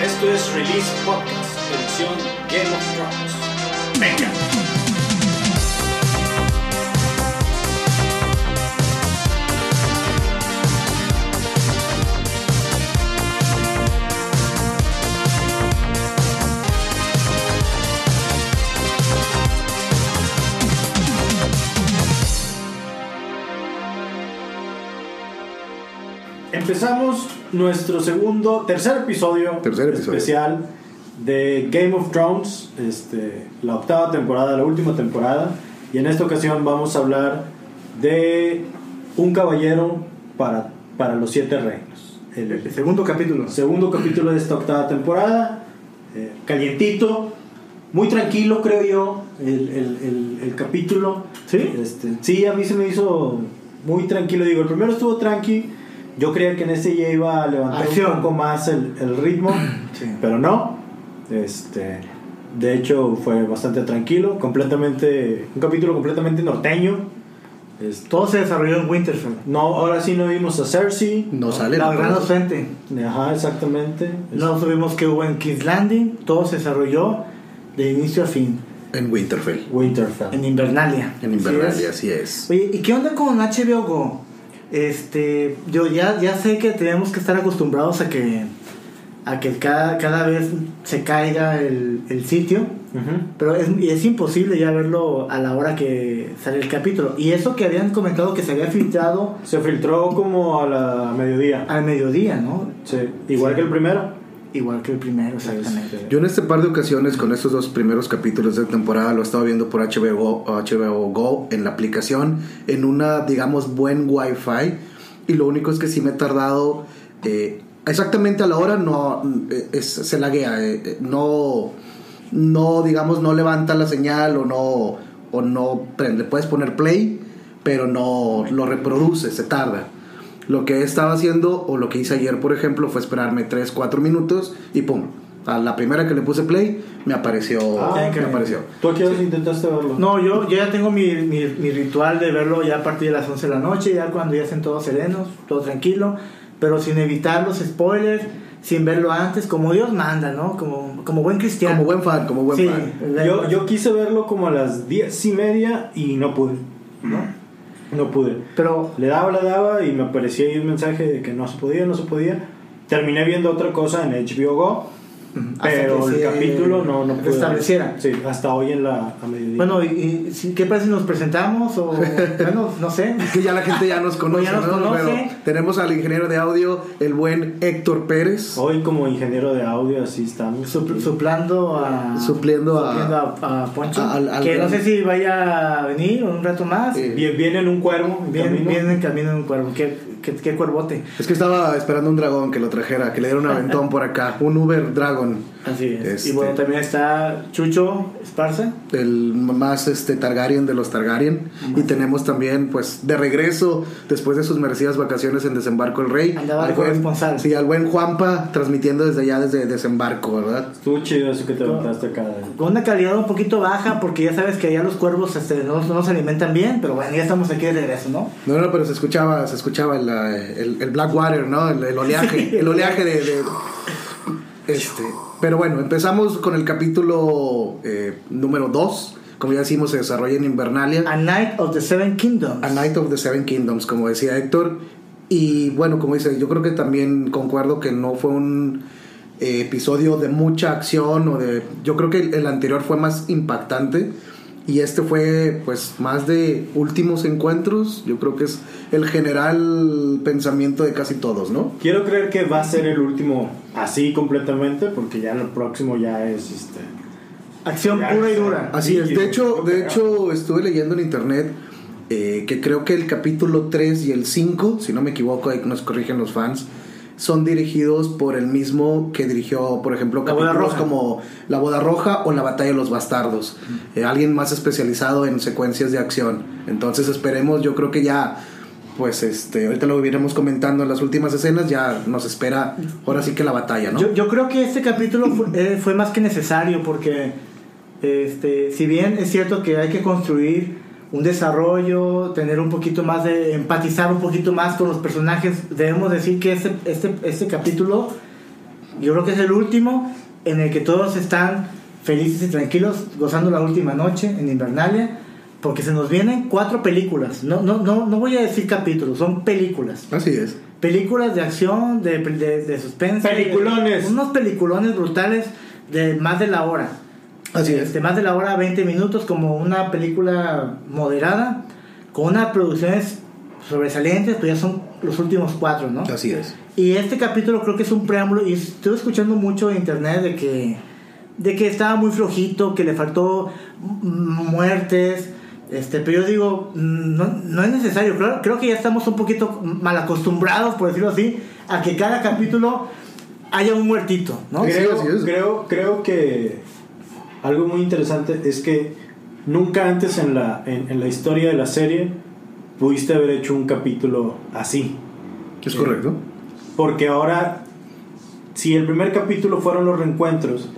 Esto es Release Podcast, edición Game of Thrones. Venga. Empezamos nuestro segundo, tercer episodio Tercer episodio. especial de Game of Thrones, este, la octava temporada, la última temporada. Y en esta ocasión vamos a hablar de Un Caballero para, para los Siete Reinos. El, El segundo capítulo. segundo capítulo de esta octava temporada, eh, calientito, muy tranquilo creo yo el, el- el- el capítulo. ¿Sí? Este, sí, a mí se me hizo muy tranquilo. Digo, el primero estuvo tranqui, yo creía que en este ya iba a levantar Acción. un poco más el, el ritmo, Sí. pero no. Este, de hecho fue bastante tranquilo, completamente, un capítulo completamente norteño. Este, Todo se desarrolló en Winterfell. no, ahora sí no vimos a Cersei. No sale La la gran cosa. ausente. Ajá, exactamente. No supimos que hubo en King's Landing. Todo se desarrolló de inicio a fin. en Winterfell, Winterfell. En Invernalia. en Así Invernalia, es. así es. Oye, ¿y qué onda con HBO Go? Este, yo ya, ya sé que tenemos que estar acostumbrados a que, a que cada, cada vez se caiga el, el sitio, Ujú. pero es, y es imposible ya verlo a la hora que sale el capítulo. Y eso que habían comentado que se había filtrado Se filtró como a la mediodía. al mediodía, ¿no? Sí, igual Sí. que el primero. Igual que el primero, exactamente. Este, Yo en este par de ocasiones con estos dos primeros capítulos de temporada lo estaba viendo por HBO, HBO Go en la aplicación, en una, digamos, buen Wi-Fi. Y lo único es que sí me he tardado eh, exactamente a la hora, no eh, es- se laguea, eh, eh, no, no, digamos, no levanta la señal o no, o no prende. Puedes poner play, pero no lo reproduce, se tarda. Lo que estaba haciendo o lo que hice ayer, por ejemplo, fue esperarme 3, 4 minutos y pum. A la primera que le puse play, me apareció. Ah, me ok. apareció. ¿Tú aquí veces intentaste verlo? No, yo, yo ya tengo mi, mi- mi ritual de verlo ya a partir de las 11 de la noche, ya cuando ya estén todos serenos, todo tranquilo, pero sin evitar los spoilers, sin verlo antes, como Dios manda, ¿no? Como, como buen cristiano. Como buen fan, como buen Sí, fan. la- Yo, yo quise verlo como a las diez y media y no pude. ¿No? No pude. Pero Le daba, le daba y me aparecía ahí un mensaje de que no se podía, no se podía. Terminé viendo otra cosa en HBO Go, hasta pero que el se capítulo no, no pude. restableciera. Sí, hasta hoy en la a mediodía. Bueno, y, y si- ¿qué pasa si nos presentamos? O, bueno, no sé. Que ya la gente ya nos conoce, Ya nos ¿no? conoce. Pero tenemos al ingeniero de audio, el buen Héctor Pérez. Oh. hoy como ingeniero de audio así estamos. Supl- suplando a. Supliendo a- supliendo a, a Poncho. a- al- al- que no sé si vaya a venir un rato más. Eh, Bien, viene en un cuervo. en Viene camino. viene en camino de un cuervo. Qué, qué- qué cuervote. Es que estaba esperando un dragón que lo trajera, que le diera un aventón por acá, un Uber Dragon, Así es. Este. Y bueno, también está Chucho Esparza. el más este Targaryen de los Targaryen. Y tenemos también, pues, de regreso, después de sus merecidas vacaciones en Desembarco el Rey. Andaba de al buen- corresponsal. Sí, al buen Juanpa, transmitiendo desde allá, desde Desembarco, ¿verdad? Estuvo chido eso que te aventaste acá. eh. Con una calidad un poquito baja, porque ya sabes que allá los cuervos este, no, no se alimentan bien, pero bueno, ya estamos aquí de regreso, ¿no? No, no, pero se escuchaba, se escuchaba el, eh, el, el Blackwater, ¿no? El, el oleaje, el oleaje de... de- este, pero bueno, empezamos con el capítulo eh, número 2. Como ya decimos, se desarrolla en Invernalia. A Night of the Seven Kingdoms. A Night of the Seven Kingdoms, como decía Héctor. Y bueno, como dice, yo creo que también concuerdo que no fue un eh, episodio de mucha acción o de... Yo creo que el, el anterior fue más impactante y este fue pues más de últimos encuentros. Yo creo que es el general pensamiento de casi todos, ¿no? Quiero creer que va a ser el último así completamente, porque ya lo próximo ya es este. Acción pura y dura. Así es. De hecho, de hecho estuve leyendo en internet eh, que creo que el capítulo 3 y el 5, si no me equivoco, ahí nos corrigen los fans, son dirigidos por el mismo que dirigió, por ejemplo, La Boda capítulos Roja. como La Boda Roja o La Batalla de los Bastardos. Eh, alguien más especializado en secuencias de acción. Entonces esperemos, yo creo que ya... Pues este, ahorita lo iremos comentando en las últimas escenas, ya nos espera ahora sí que la batalla, ¿no? Yo, yo creo que este capítulo fue, eh, fue más que necesario porque, este, si bien es cierto que hay que construir un desarrollo, tener un poquito más de empatizar un poquito más con los personajes, debemos decir que este, este, este capítulo Yo creo que es el último en el que todos están felices y tranquilos, gozando la última noche en Invernalia, porque se nos vienen cuatro películas. No, no, no, no voy a decir capítulos, son películas. Así es. Películas de acción, de, de, de suspense. Peliculones. unos peliculones brutales de más de la hora. Así es. Este, más de la hora, 20 minutos, como una película moderada, con unas producciones sobresalientes, pues ya son los últimos cuatro, ¿no? Así es. Y este capítulo creo que es un preámbulo, y estuve escuchando mucho en internet de que, de que estaba muy flojito, que le faltó mm, muertes, este, pero yo digo, mm, no, no es necesario, creo, creo que ya estamos un poquito mal acostumbrados, por decirlo así, a que cada capítulo haya un muertito, ¿no? Sí, creo, así es. creo, creo que algo muy interesante es que nunca antes en la, en, en la historia de la serie pudiste haber hecho un capítulo así. Es correcto. Porque ahora, si el primer capítulo fueron los reencuentros,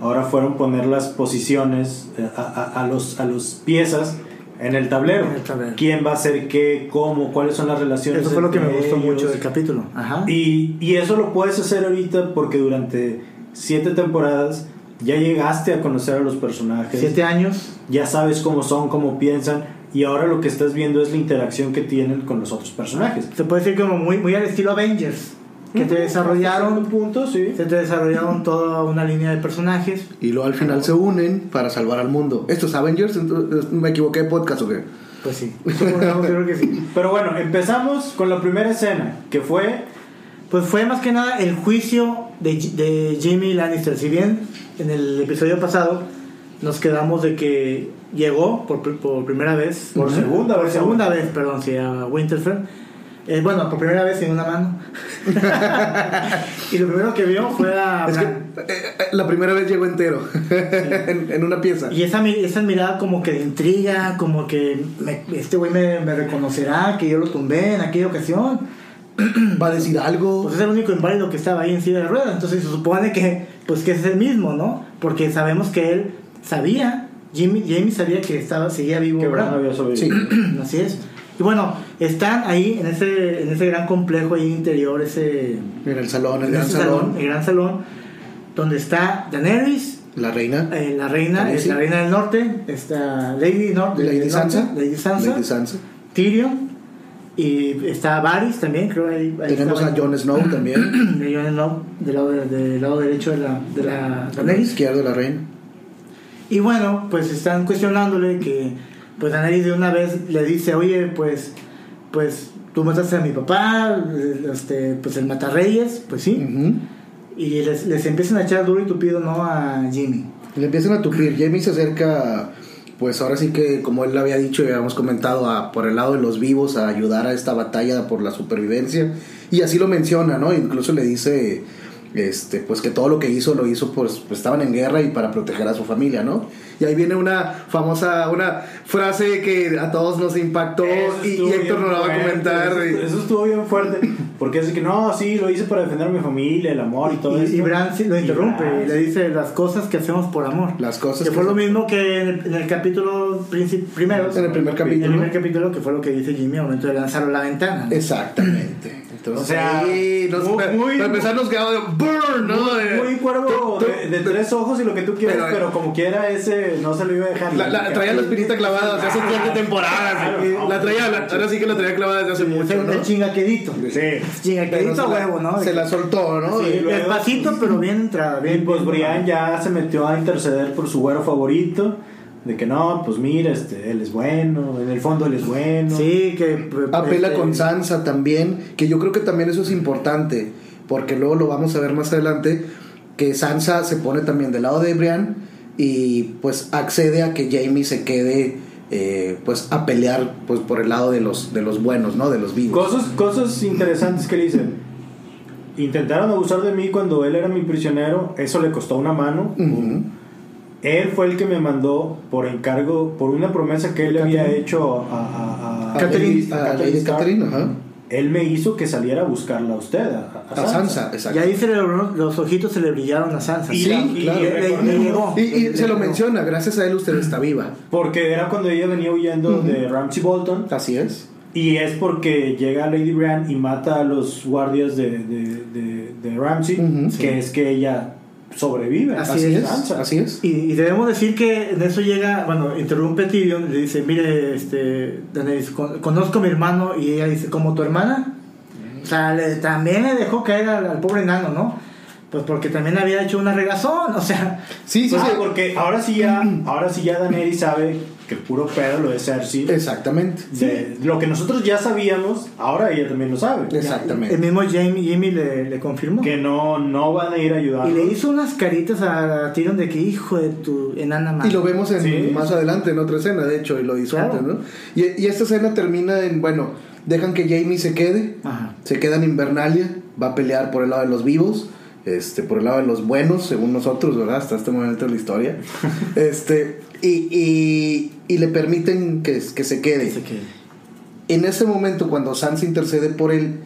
ahora fueron poner las posiciones eh, a, a- a los, a los piezas en el tablero. En el tablero. ¿Quién va a hacer qué, cómo, cuáles son las relaciones? Eso fue lo que me entre gustó mucho ellos? del capítulo. Ajá. Y, y eso lo puedes hacer ahorita porque durante siete temporadas ya llegaste a conocer a los personajes, Siete años. ya sabes cómo son, cómo piensan, y ahora lo que estás viendo es la interacción que tienen con los otros personajes. Se puede decir como muy, muy al estilo Avengers. Que te un desarrollaron. punto, sí. Se te desarrollaron toda una línea de personajes. Y luego al final se unen para salvar al mundo. Estos Avengers, Entonces, me equivoqué de podcast o qué. Eh, Pues sí. supongamos, yo creo que sí. Pero bueno, empezamos con la primera escena, que fue Pues fue más que nada el juicio de, Ji- de Jimmy Lannister. Si bien en el episodio pasado nos quedamos de que llegó por, pri- por primera vez. Por segunda por vez. segunda vez, perdón, sí, a Winterfell. Eh, bueno, por primera vez en una mano. y lo primero que vio fue a. Es que Bran. eh, eh, la primera vez llegó entero en, en una pieza. Y esa, mi- esa mirada como que de intriga, como que me- este güey me, me reconocerá que yo lo tumbé en aquella ocasión. Va a decir algo. Pues es el único inválido que estaba ahí en silla de ruedas. Entonces se supone que, pues que es el mismo, ¿no? Porque sabemos que él sabía, Jimmy, Jamie sabía que estaba, seguía vivo. que Bran. Bran había sobrevivido. Sí. Así es. Y bueno, están ahí en ese, en ese gran complejo ahí interior, ese, En el salón, el en gran ese salón. el gran salón, donde está Daenerys, La reina. Eh, la reina, Khaleesi. es la reina del norte, esta Lady, Nor- Lady del norte, Sansa. Lady Sansa, Lady Sansa. Tyrion, y está Varys también, creo ahí, ahí Tenemos a estaba. Jon Snow también. De Jon Snow, del lado, de- del lado derecho de la, de la Del lado Daenerys. izquierdo la reina. Y bueno, pues están cuestionándole que, pues Daenerys de una vez le dice, oye, pues, pues tú mataste a mi papá, este, pues el matarreyes, pues sí, Ujú. y les, les empiezan a echar duro y tupido, ¿no? A Jimmy. Le empiezan a tupir. Jamie se acerca, pues ahora sí que, como él había dicho y habíamos comentado, a, por el lado de los vivos a ayudar a esta batalla por la supervivencia. Y así lo menciona, ¿no? Incluso le dice, este, pues que todo lo que hizo lo hizo, pues, pues, estaban en guerra y para proteger a su familia, ¿no? Y ahí viene una famosa, una frase que a todos nos impactó Eso y, estuvo y Héctor bien nos la va a fuerte, comentar. Eso, eso estuvo bien fuerte. Porque es que no, sí, lo hice para defender a mi familia, el amor y todo Y, eso. y Bran sí lo interrumpe y, le dice dice las cosas que hacemos por amor. Las cosas que que fue lo hacemos. mismo que en el, en el capítulo princip- primero. En el primer capítulo. En el primer capítulo, que fue lo que dice Jimmy al momento de lanzarlo a la ventana. ¿no? Exactamente. Entonces, O sea, ahí nos- muy- muy- para empezar nos quedaba de burn, ¿no? De- Muy cuervo de, de tres ojos y lo que tú quieras, Pero- pero, como quiera ese no se lo iba a dejar. La, la- traía la espinita clavada desde hace cuatro temporadas. Claro, güey. no, la traía, la- ahora sí que la traía clavada desde hace O sea, mucho, un ¿no? chingaquedito. Sí. Pero se Chingaquedito la- huevo, ¿no? Se la soltó, ¿no? Sí. luego- Despacito, pero bien entrada. Y Bien, pues bien Brian ya se metió a interceder por su güero favorito. De que no, pues mira, este, él es bueno, en el fondo él es bueno. Sí, que. Apela este, con Sansa también, que yo creo que también eso es importante, porque luego lo vamos a ver más adelante, que Sansa se pone también del lado de Brian y pues accede a que Jamie se quede eh, pues a pelear pues por el lado de los, de los buenos, ¿no? De los vivos. Cosas, cosas interesantes que le dicen. Intentaron abusar de mí cuando él era mi prisionero, eso le costó una mano. Ujú. Él fue el que me mandó por encargo, por una promesa que él le había hecho a, a- a- A Catherine- Lady- a Ah, Catherine Lady Stark. Ah, Catherine, ajá. Él me hizo que saliera a buscarla a usted, a, a A Sansa, exacto. Y ahí se le, los ojitos se le brillaron a Sansa. Y, Sí, la- y claro. Le- recordemos- le llegó. Y, y se lo Pero- menciona, gracias a él usted está viva. Porque era cuando ella venía huyendo de Ramsey Bolton. Así es. Y es porque llega Lady Bran y mata a los guardias de, de- de- de Ramsey, Ujú, que es que ella sobrevive. Así casi es, danza. Así es. Y, y debemos decir que en eso llega, bueno, interrumpe Tyrion y le dice, mire, este, Daenerys, con- conozco a mi hermano y ella dice, como tu hermana. Mm. O sea, le- también le dejó caer al, al pobre enano, ¿no? Pues porque también había hecho una regazón, o sea, Sí, sí, Ah, sí. porque ahora sí ya, ahora sí ya Daenerys sabe que el puro pedo lo de Cersei. Exactamente. de- Lo que nosotros ya sabíamos, ahora ella también lo sabe. Exactamente. el mismo Jamie, Jimmy le, le confirmó. Que no, no van a ir a ayudar. Y le hizo unas caritas a Tyrion de que hijo de tu enana madre. Y lo vemos en- Sí. más adelante en otra escena, de hecho, y lo disfrutan, Claro. ¿no? Y, y esta escena termina en, bueno, dejan que Jamie se quede, Ajá. se queda en Invernalia, va a pelear por el lado de los vivos, este, por el lado de los buenos, según nosotros, ¿verdad? Hasta este momento de la historia. este, y, y- y le permiten que, que se quede. Dice que- En ese momento, cuando Sansa intercede por él,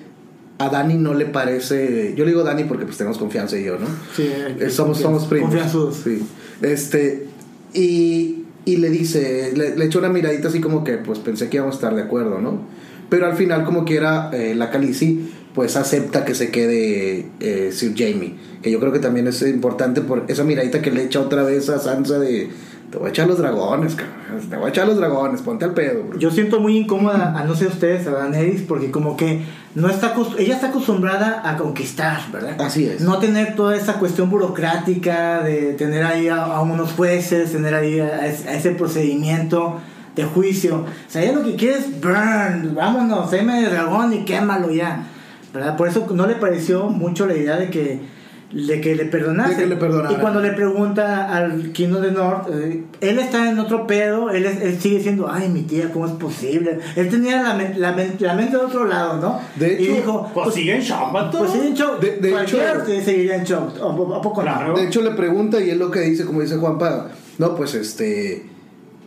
a Dani no le parece. Yo le digo Dani porque pues tenemos confianza y yo, ¿no? sí, Eh, somos, somos primos. Confianzudos. Sí. Este, y, y le dice, le, le echó una miradita así como que, pues pensé que íbamos a estar de acuerdo, ¿no? Pero al final, como quiera, eh, la Calici, pues acepta que se quede eh, Sir Jamie. Que yo creo que también es importante por esa miradita que le echa otra vez a Sansa de. Te voy a echar los dragones, cabrón. Te voy a echar los dragones, ponte al pedo, bro". Yo siento muy incómoda, a no sé ustedes, a Daenerys, porque como que no está acos- ella está acostumbrada a conquistar, ¿verdad? Así es. No tener toda esa cuestión burocrática de tener ahí a, a unos jueces, tener ahí a, a es- a ese procedimiento de juicio. O sea, ella lo que quiere es burn, vámonos, séme de dragón y quémalo ya. ¿Verdad? Por eso no le pareció mucho la idea de que de que le perdonase. De que le perdonara. Y cuando le pregunta al Kino de North, eh, él está en otro pedo, él, es- él sigue diciendo, ay, mi tía, ¿cómo es posible? Él tenía la, men- la men- la mente de otro lado, ¿no? De y hecho, dijo, Pues sigue en shock, vato. pues sigue en shock. De- de Cualquiera hecho- te seguiría en shock. ¿O, o- a poco no? Claro. De hecho, le pregunta y es lo que dice, como dice Juanpa, no, pues este,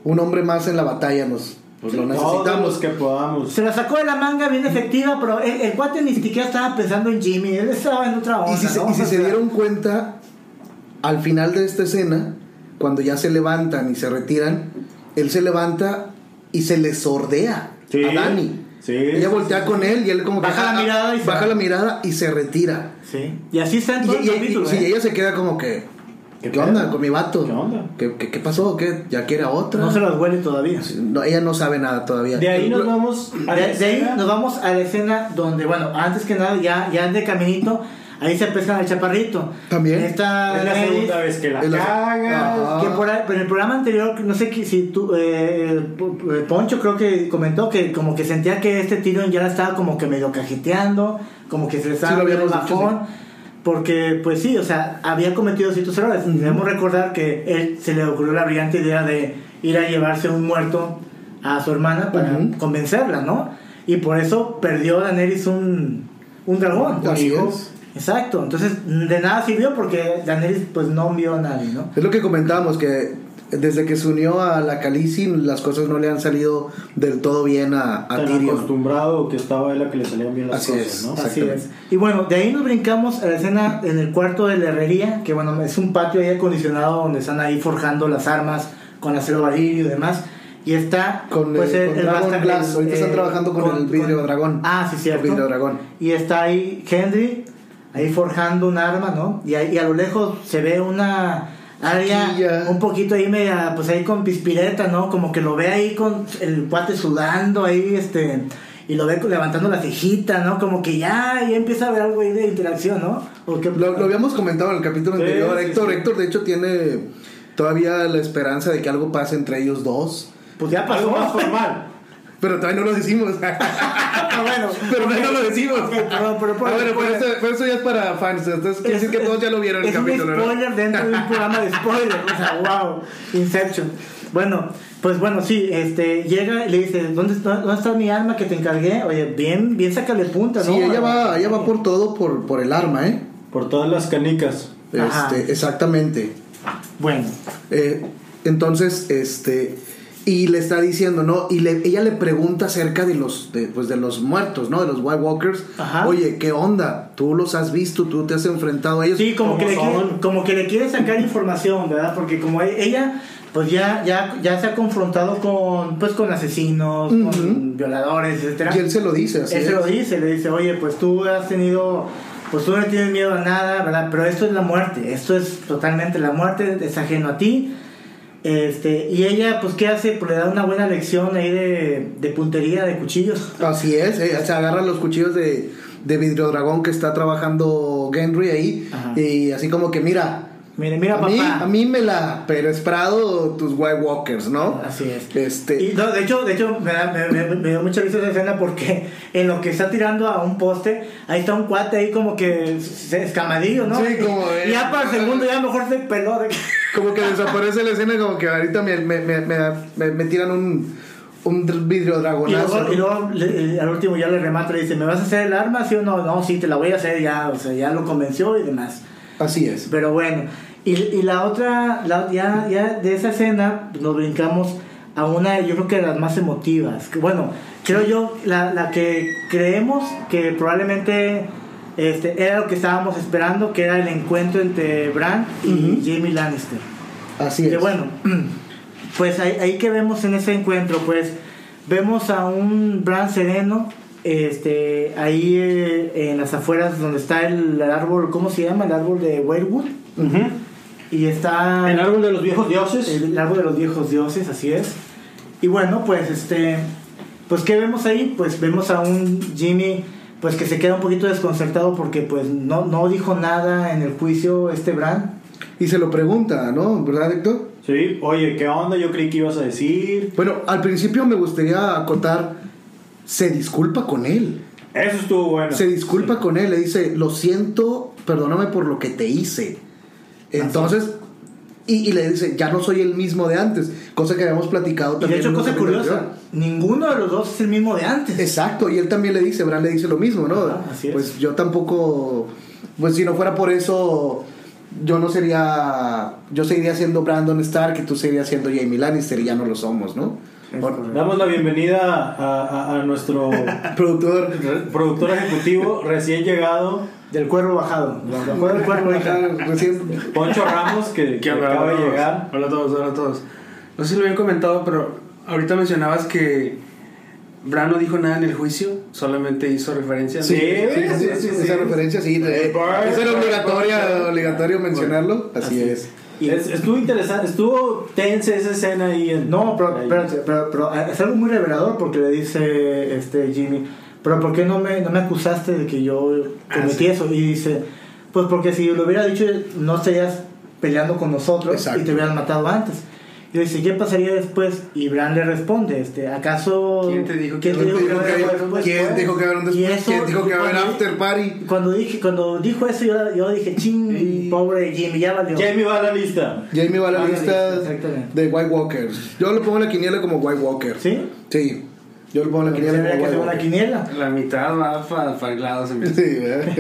un hombre más en la batalla nos pues, lo Todos necesitamos. los que podamos. Se la sacó de la manga bien efectiva, pero el, el cuate ni siquiera estaba pensando en Jimmy, él estaba en otra onda. Y si, se, ¿no? y si O se sea, dieron cuenta, al final de esta escena, cuando ya se levantan y se retiran, él se levanta y se le sordea Sí, a Dani. sí, Ella sí, voltea con él y él como que, Baja la ah, ah, mirada y se baja va. la mirada y se retira. Sí. Y así está en Y, todo el y- y- capítulo. sí, ¿eh? ella se queda como que, ¿qué, ¿Qué onda pedo? con mi vato? ¿Qué onda? ¿Qué, qué- qué pasó? ¿Qué? ¿Ya quiere a otra? No se las huele todavía. No, ella no sabe nada todavía. De ahí nos Lo- vamos a la De, de ahí escena. nos vamos a la escena donde, bueno, antes que nada, ya, ya de caminito, ahí se pesca al chaparrito. También. Esta Es la Daenerys, segunda vez que la Es la- caga. Ajá. Que por ahí- pero en el programa anterior, no sé que- si tú, eh, po- eh, Poncho creo que comentó que como que sentía que este Tyrion ya la estaba como que medio cajeteando, como que se le estaba Sí, lo dando el habíamos dicho, bajón, Porque, pues sí, o sea, había cometido ciertos errores. Debemos recordar que él se le ocurrió la brillante idea de ir a llevarse un muerto a su hermana para Ujú. convencerla, ¿no? Y por eso perdió Daenerys un, un dragón. Así hijo. es. Exacto. Entonces, de nada sirvió porque Daenerys, pues, no vio a nadie, ¿no? Es lo que comentábamos, que desde que se unió a la Calici, las cosas no le han salido del todo bien a, a Tan Tyrion. acostumbrado que estaba él a que le salían bien las Así cosas, es. ¿no? Así Exactamente. es. Y bueno, de ahí nos brincamos a la escena en el cuarto de la herrería, que bueno, es un patio ahí acondicionado donde están ahí forjando las armas con acero varillo y demás. Y está pues, Con, eh, con Dragon rasta- Glass. Ahorita están trabajando con el vidrio dragón. eh, Ah, sí, cierto. Con vidrio dragón. Y está ahí Henry, ahí forjando un arma, ¿no? Y, ahí- y a lo lejos se ve una área Chiquilla. un poquito ahí media, pues ahí con pispireta, ¿no? Como que lo ve ahí con el cuate sudando ahí, este, y lo ve levantando la cejita, ¿no? Como que ya, ya empieza a haber algo ahí de interacción, ¿no? ¿O qué- Lo, lo habíamos comentado en el capítulo Sí, anterior. sí, Héctor, sí. Héctor, de hecho, tiene todavía la esperanza de que algo pase entre ellos dos. Pues ya pasó. Algo más formal. Pero todavía no lo decimos. Ah, bueno, pero todavía no lo decimos. Ok, perdón, pero por- Ah, bueno, pero por- eso, pero eso ya es para fans. Entonces, quiere decir que todos ya lo vieron el es un capítulo, ¿no? spoiler dentro de un programa de spoiler. O sea, wow. Inception. Bueno, pues bueno, sí, este, llega y le dice, ¿dónde, está- dónde está mi arma que te encargué? Oye, bien, bien sácale punta, Sí, ¿no? ella va, ella va por todo, por, por el arma, ¿eh? Por todas las canicas. Ajá. Este, exactamente. Bueno, Eh, entonces, este. Y le está diciendo, ¿no? Y le- ella le pregunta acerca de los, de, pues, de los muertos, ¿no? De los White Walkers. Ajá. Oye, ¿qué onda? Tú los has visto, tú te has enfrentado a ellos. sí, como ¿Cómo que, le son? quiere, como que le quiere sacar información, ¿verdad? Porque como e- ella, pues ya, ya, ya se ha confrontado con, pues con asesinos, Ujú. con violadores, etcétera. Y él se lo dice, así Él se es. lo dice, le dice, oye, pues tú has tenido pues tú no le tienes miedo a nada, ¿verdad? Pero esto es la muerte, esto es totalmente la muerte, es ajeno a ti. Este, y ella, pues, ¿qué hace? Pues le da una buena lección ahí de, de puntería, de cuchillos. Así es, eh, se agarran los cuchillos de, de Vidrio Dragón que está trabajando Genry ahí. Ajá. Y así como que, mira, Mire, mira, a, papá. mí, a mí me la pero es Prado tus White Walkers, ¿no? Así es. Este, Y, no, de hecho, de hecho me, da- me- me- me dio mucha risa esa escena porque en lo que está tirando a un poste, ahí está un cuate ahí como que se- escamadillo, ¿no? Sí, como de- Y ya para el segundo, ya mejor se peló. De... como que desaparece la escena, como que ahorita me, me, me, me- me- me tiran un, un vidrio Y dragonazo. luego, y luego le- eh, al último ya le remata y le dice, ¿me vas a hacer el arma, sí o no? No, sí, te la voy a hacer ya, o sea, ya lo convenció y demás. Así es. Pero bueno, y, y la otra, la- ya, ya de esa escena pues, nos brincamos a una, yo creo que de las más emotivas. Que, bueno, creo yo, la, la que creemos que probablemente este, era lo que estábamos esperando, que era el encuentro entre Bran y Ujú. Jamie Lannister. Así Que es. bueno, pues ahí, ahí que vemos en ese encuentro, pues vemos a un Bran sereno, este, ahí eh, en las afueras donde está el, árbol, ¿cómo se llama? El árbol de Weirwood. Y está El árbol de los viejos dioses. el, el árbol de los viejos dioses, así es. Y bueno, pues este, pues qué vemos ahí, pues vemos a un Jimmy, pues que se queda un poquito desconcertado porque pues no, no dijo nada en el juicio este Bran. Y se lo pregunta, ¿no? ¿Verdad, Héctor? Sí, oye, ¿qué onda? Yo creí que ibas a decir. Bueno, al principio me gustaría acotar, se disculpa con él. Eso estuvo bueno. se disculpa con él, le dice, lo siento, perdóname por lo que te hice. Entonces, y, y le dice, ya no soy el mismo de antes, cosa que habíamos platicado Y de también. hecho, en un cosa capítulo curiosa, anterior. ninguno de los dos es el mismo de antes. Exacto, y él también le dice, Bran le dice lo mismo, ¿no? Ajá, así es. Pues yo tampoco, pues si no fuera por eso, yo no sería, yo seguiría siendo Brandon Stark y tú seguirías siendo Jamie Lannister y ya no lo somos, ¿no? Es Bueno, correcto. Damos la bienvenida a, a- a nuestro productor. re- productor ejecutivo recién llegado, Del cuervo bajado. Del cuervo- del cuervo bajado. Recién- Poncho Ramos, que, que ¿Qué onda? acaba de Hola a todos. llegar. Hola a todos, hola a todos. No sé si lo habían comentado, pero ahorita mencionabas que Bran no dijo nada en el juicio, solamente hizo referencia. Sí, sí, sí, sí. Esa referencia, sí. eh, Burn, eso era burn, obligatoria, burn. obligatorio mencionarlo. Así, Así es. Y- Es- estuvo interesante, estuvo tensa esa escena ahí. En, No, pero, ahí. espérate, pero, pero, eh, es algo muy revelador porque le dice este Jimmy, pero ¿por qué no me, no me acusaste de que yo cometí sí. eso? Y dice, pues porque si lo hubiera dicho no estarías peleando con nosotros Exacto. y te hubieran matado antes. Y le dice, ¿qué pasaría después? Y Bran le responde, este, ¿acaso... ¿Quién te dijo quién te que- dijo ¿Quién que iba dijo a haber que- después? ¿Quién dijo que habrá un después? pues, Y eso- ¿Quién dijo que habrá cuando- after party? Cuando, dije, cuando dijo eso yo, yo dije, ching, Sí. pobre Jimmy, ya valió. Jamie va a la lista. Jamie va a la Ah, lista exactamente. de White Walkers. Yo le pongo la quiniela como White Walker. ¿Sí? Sí. Yo le pongo la Porque se quiniela como vea que White se va la Walker. quiniela. La mitad va para el lado, se me hace. Sí, ¿verdad?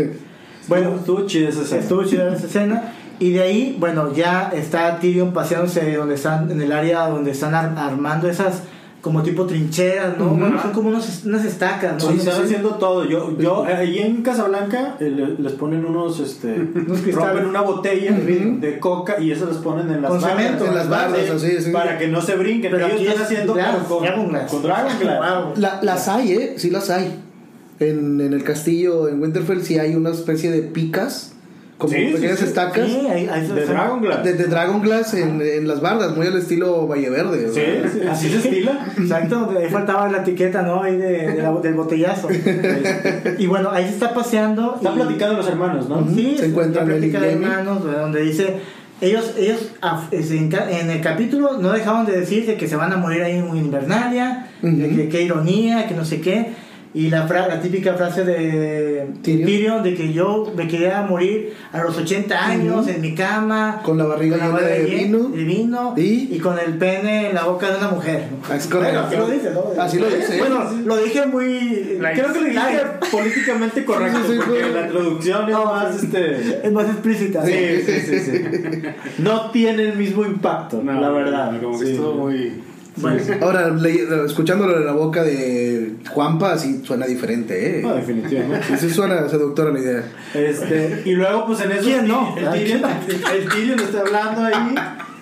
Bueno, estuvo chida esa escena. Estuvo chida esa escena. Y de ahí, bueno, ya está Tyrion paseándose donde están, en el área donde están ar- armando esas como tipo trincheras, ¿no? Bueno, son como unos- unas estacas, ¿no? Sí, están haciendo todo. Yo, yo eh, ahí en Casablanca eh, le- les ponen unos, este, cristales. rompen una botella Ujú. de coca y eso les ponen en las Con barras, cemento, en las barras, así, así. para que no se brinquen. Pero Ellos aquí están es haciendo Dragon- con, Dragon Glass. con Dragon Glass. Wow. La- las hay, ¿eh? Sí las hay. En, en el castillo, en Winterfell, sí hay una especie de picas, como Sí, sí, pequeñas sí. estacas, Sí, ahí, ahí De son- Dragon Glass. de, de Dragon Glass en, en las bardas, muy al estilo Valle Verde. Sí, ¿verdad? sí, así se estila. Exacto, ahí faltaba la etiqueta, ¿no? Ahí de, de la- del botellazo. y bueno, ahí se está paseando. Están y- platicando los hermanos, ¿no? Ujú. Sí, Se encuentran la él y plática de Jamie. hermanos, ¿verdad? donde dice ellos ellos af- es en ca- en el capítulo no dejaban de decir de que se van a morir ahí en Invernalia, Ujú. de que qué ironía, que no sé qué y la, fra- la típica frase de Tyrion. Tyrion de que yo me quería morir a los 80 años en mi cama Con la barriga con la llena de barriga llena vino. de vino, Y- con el pene en la boca de una mujer. Ah, es correcto. Bueno, así lo dice, ¿no? Así lo dice. Bueno, lo dije muy Light. Creo que le dijiste light, políticamente correcto Sí, sí, sí, porque fue- la traducción es No, más sí. este. es más explícita. Sí, sí, sí, sí. No tiene el mismo impacto, No, la verdad. Como que Sí. estuvo muy. Bueno, Ahora, le- escuchándolo de la boca de Juanpa, así suena diferente, ¿eh? No, definitivamente. Sí suena seductora la idea. Este, y luego, pues en eso. ¿Quién no? El Tyrion, el Tyrion está hablando ahí.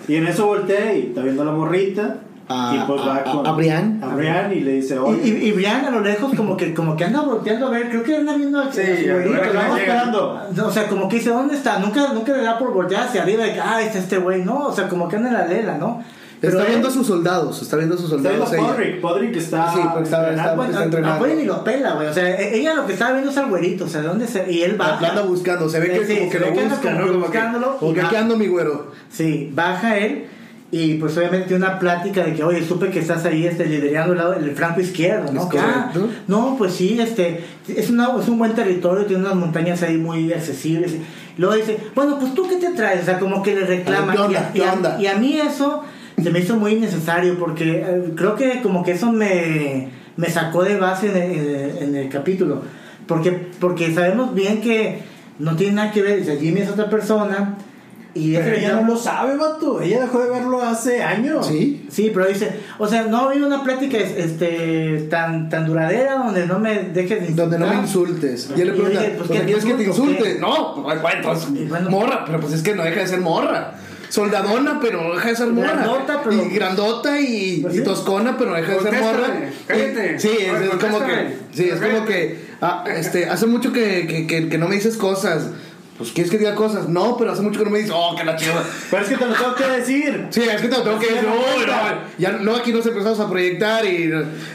Y en eso voltea y está viendo a la morrita. a, Y pues va a- a- con- a Brian. A Brian y le dice, oye, Y, y, y Brian a lo lejos como que, como que anda volteando a ver, creo que anda viendo a- a Sí, su a ver, güerito, a ver, ¿no? estamos llega. esperando. No, O sea, como que dice, ¿dónde está? Nunca, nunca le da por voltear hacia arriba de que, ah, está este güey, ¿no? O sea, como que anda en la lela, ¿no? Pero está él- viendo a sus soldados, está viendo a sus Está viendo soldados. ella. Podrick. Podrick está... Sí, pues, está- está- Bueno, entrenando. a Polly ni lo pela, güey. O sea, e- ella lo que estaba viendo es al güerito, o sea, ¿de dónde se.? Y él La baja. anda buscando, se ve que Sí, como que se ve lo que anda busca, como ¿no? que Como que, buscándolo, como y que va- aquí ando mi güero. Sí, baja él. Y pues obviamente una plática de que, oye, supe que estás ahí este, liderando el, lado, el franco izquierdo, ¿no? Es Que, ah, correcto. no, pues sí, este, es, una, es un buen territorio, tiene unas montañas ahí muy accesibles. Y Luego dice, bueno, pues tú qué te traes, o sea, como que le reclama. ¿qué onda? Y a- ¿Qué y, a, onda? y a mí eso se me hizo muy innecesario porque eh, creo que como que eso me, me sacó de base en el, en el- en el capítulo. Porque, porque sabemos bien que no tiene nada que ver, o sea, Jimmy es otra persona. Y Pero ese ella no lo sabe, vato. Ella dejó de verlo hace años. Sí. Sí, pero dice, o sea, no ha habido una plática es- este, tan, tan duradera donde no me dejes de Donde no me insultar. insultes. Y él le Ah. Y yo pregunta, dije, pues, "¿O sea, ¿qué, ¿quieres te que te insulto, insulte? qué? No, pues, bueno, entonces, Y bueno, morra, pero pues es que no deja de ser morra. Soldadona, pero no deja de ser morra. Grandota, pero- Y grandota y, Pues y sí. toscona, pero no deja de ser Contéstame, morra. cállate. Y- Sí, es, Oye, es como que. contéstame. Sí, es como Cállate. que. ah, este, hace mucho que, que, que- que no me dices cosas. Pues quieres que diga cosas. No, pero hace mucho que no me dices, oh, que la chiva. Pero es que te lo tengo que decir. Sí, es que te lo tengo que decir. "Uy, no, ya no, aquí nos empezamos a proyectar y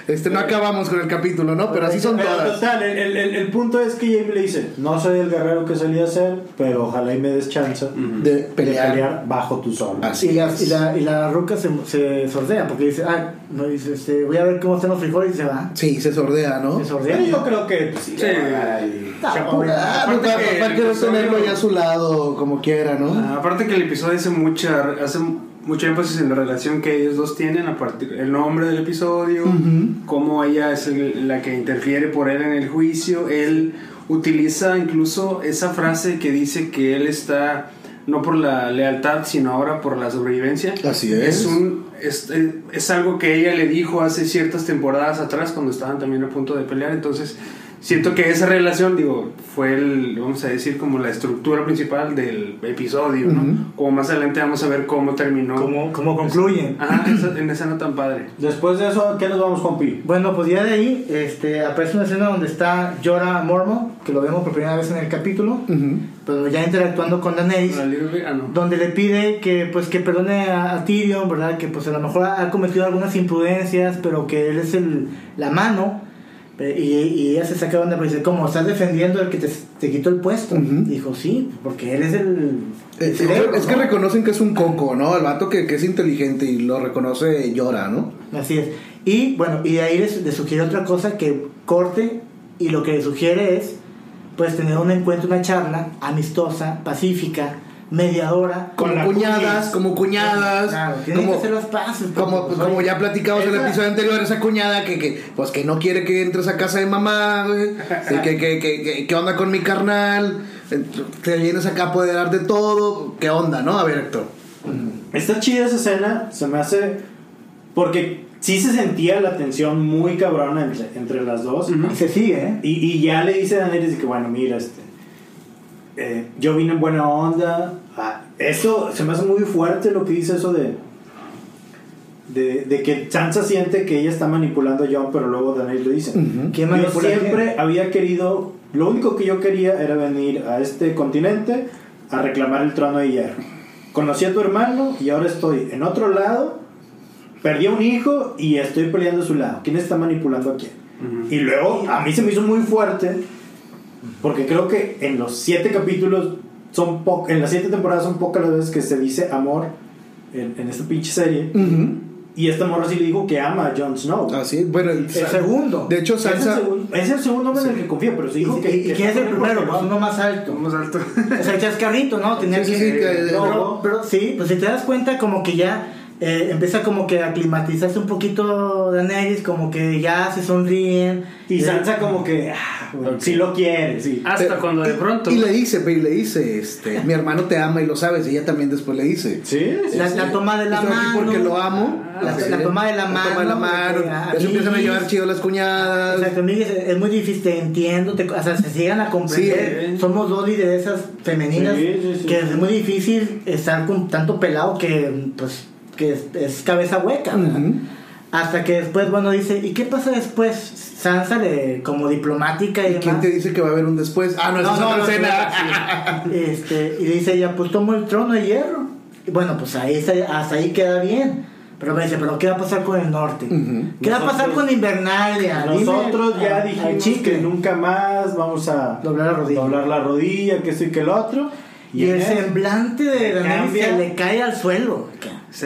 este, no acabamos con el capítulo, ¿no? Pero así son Pero todas. total, el, el- el- el punto es que Jamie le dice, no soy el guerrero que solía ser, pero ojalá y me des chance De pelear. Ah, bajo tus olas. Así y, la, es. y, la, y la ruca se, se sordea porque dice, ah, no, dice, este, voy a ver cómo están los frijoles y se va. Sí, se sordea, ¿no? Se sordea. Pero yo creo que pues, sí, Sí. ay, Ah, chapa, pobre. Ah, Aparte papá, que- papá quiere tenerlo ya a su lado, como quiera, ¿no? Ah, Aparte que el episodio hace mucha hace mucho énfasis en la relación que ellos dos tienen, a partir el nombre del episodio, Ujú. cómo ella es el- la que interfiere por él en el juicio, él utiliza incluso esa frase que dice que él está no por la lealtad, sino ahora por la sobrevivencia. Así es. Es un es, es- este, es algo que ella le dijo hace ciertas temporadas atrás cuando estaban también a punto de pelear, entonces Siento que esa relación, digo, fue el, vamos a decir, como la estructura principal del episodio, ¿no? Ujú. Como más adelante vamos a ver cómo terminó. ¿Cómo, cómo concluyen? Ajá, esa- en esa no tan padre. Después de eso, ¿a ¿qué nos vamos, compi? Bueno, pues ya de ahí este, aparece una escena donde está Jorah Mormon, que lo vemos por primera vez en el capítulo, Ujú. pero ya interactuando con Daenerys. La Little Big- ah, no. donde le pide que pues que perdone a, a Tyrion, ¿verdad? Que pues a lo mejor ha, ha cometido algunas imprudencias, pero que él es el, la mano. eh, Y, y ella se saca de onda, pero dice, ¿cómo? ¿Estás defendiendo al que te, te quitó el puesto? Ujú. Dijo, sí, porque él es el... el Eh, cerebro, es que ¿no?". reconocen que es un coco, ¿no? El vato que, que es inteligente y lo reconoce y llora, ¿no? Así es. Y bueno, y de ahí le, su- le sugiere otra cosa que corte y lo que le sugiere es pues tener un encuentro, una charla amistosa, pacífica, mediadora. Con la como cuñadas, cuñis. como cuñadas, Claro, tienen que como, hacer las paces. porque, como, pues, como oye, ya platicamos en el esa- episodio anterior, esa cuñada que, que, pues que no quiere que entres a casa de mamá, güey, eh, que, que, que, que- ¿qué onda con mi carnal, Eh, te vienes acá a apoderar de todo, ¿qué onda, no? A ver, Héctor. Está chida esa escena, se me hace... Porque sí se sentía la tensión muy cabrona entre, entre las dos. Ujú. Y se sigue, ¿eh? Y, y ya le dice a Daenerys de que, bueno, mira, este, eh, yo vine en buena onda. Ah, eso se me hace muy fuerte lo que dice eso de, de, de que Sansa siente que ella está manipulando a Jon, pero luego Daenerys le dice, Ujú. ¿Quién yo manipula a quién? siempre había querido, lo único que yo quería era venir a este continente a reclamar el trono de hierro. Conocí a tu hermano y ahora estoy en otro lado, perdí a un hijo y estoy peleando a su lado. ¿Quién está manipulando a quién? Ujú. Y luego a mí se me hizo muy fuerte porque creo que en los siete capítulos son po- en las siete temporadas son pocas las veces que se dice amor en, en esta pinche serie Ujú. y esta morra sí le dijo que ama a Jon Snow. Así, bueno, el- El segundo. de Ah, hecho, Es el, Sansa... segun- es el segundo hombre en el que confía, pero sí ¿Y, dijo que, y- y que quién es está con el él primero? porque Pues lo uno más alto. Vamos alto. O sea, el chascarrito, ¿no? Tenía Sí, que... sí, sí, que- eh, pero, pero sí, pues si te das cuenta como que ya eh, empieza como que a climatizarse un poquito Daenerys, como que ya se sonríen. ama. Y Eh, Sansa como que, ah, bueno, Ok. sí lo quiere, sí. Hasta Pero- cuando de eh, y- pronto. Y le dice, pero y le dice, este, mi hermano te ama y lo sabes, y ella también después le dice. Sí, La, la toma de la Estoy aquí mano. porque lo amo. Ah, Ah, La, la toma de la La mano. toma de la mano. de que, ah, Eso empiezan a amiguis. llevar chido las cuñadas. Exacto, amiguis, es, es muy difícil, te entiendo, te- o sea, se llegan a comprender. Sí. Somos dos lideresas femeninas Sí, sí, sí. que es muy difícil estar con tanto pelado que, pues, que es, es cabeza hueca. ¿verdad? Ujú. Hasta que después, bueno, dice, ¿y qué pasa después? Sansa le, como diplomática y, ¿Y quién demás. te dice que va a haber un después? Ah, no, esa No, es no, otra no, escena. Este, y dice ella, pues tomo el trono de hierro. Y bueno, pues ahí se- hasta ahí queda bien. Pero me dice, ¿pero qué va a pasar con el norte? Ujú. ¿Qué va a pasar Nosotros- con Invernalia? Dime Nosotros al- ya al dijimos chicle. que nunca más vamos a Doblar la rodilla. doblar la rodilla, que esto y que el otro. Y el en eso- semblante de le Daenerys se cambia. le cae al suelo.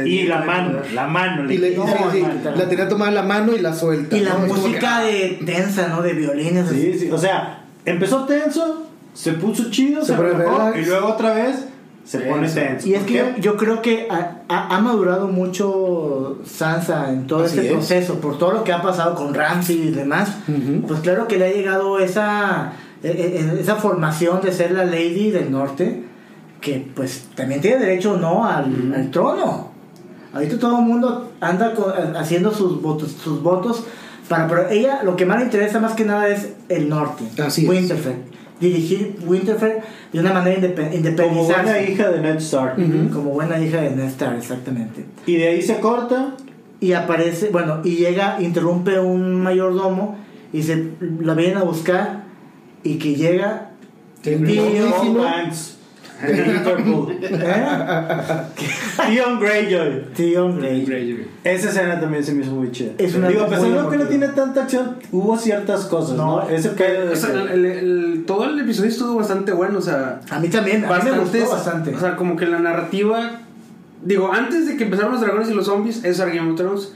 y la mano, la mano. Y le No, sí, sí, man. la tenía tomada en la mano y la suelta. Y la ¿no? Es como que, música ah, de tensa, ¿no? De violines. así. Sí, sí, o sea, empezó tenso, se puso chido, se, Se pone relajó, relax. y luego otra vez se Tenso. pone tenso. Y es que yo, ¿Por qué? yo creo que ha, ha- ha madurado mucho Sansa en todo Así este es. proceso, por todo lo que ha pasado con Ramsey y demás. Ujú. Pues claro que le ha llegado esa, e- e- esa formación de ser la Lady del Norte, que pues también tiene derecho no al, al trono. Ahorita todo el mundo anda co- haciendo sus votos, sus votos para, pero ella lo que más le interesa más que nada es el norte, Así es. Winterfell, dirigir Winterfell de una manera indepe- como independizarse buena hija de Ned Stark. Ujú. como buena hija de Néstor, exactamente. Y de ahí se corta. Y aparece, bueno, y llega, interrumpe un mayordomo y se la vienen a buscar y que llega. Tom Tioísimo. Hanks de Liverpool. ¿Eh? Theon Greyjoy. Tío Grey. Esa escena también se me hizo muy chida. Es una Digo, a pesar muy de que no emotiva. tiene tanta acción, hubo ciertas cosas, ¿no? No. Ese pedo de O sea, que- el- el- el- todo el episodio estuvo bastante bueno, o sea, A mí también, a mí me bastantes- gustó bastante. O sea, como que la narrativa. Digo, antes de que empezaran los dragones y los zombies, eso era Game of Thrones.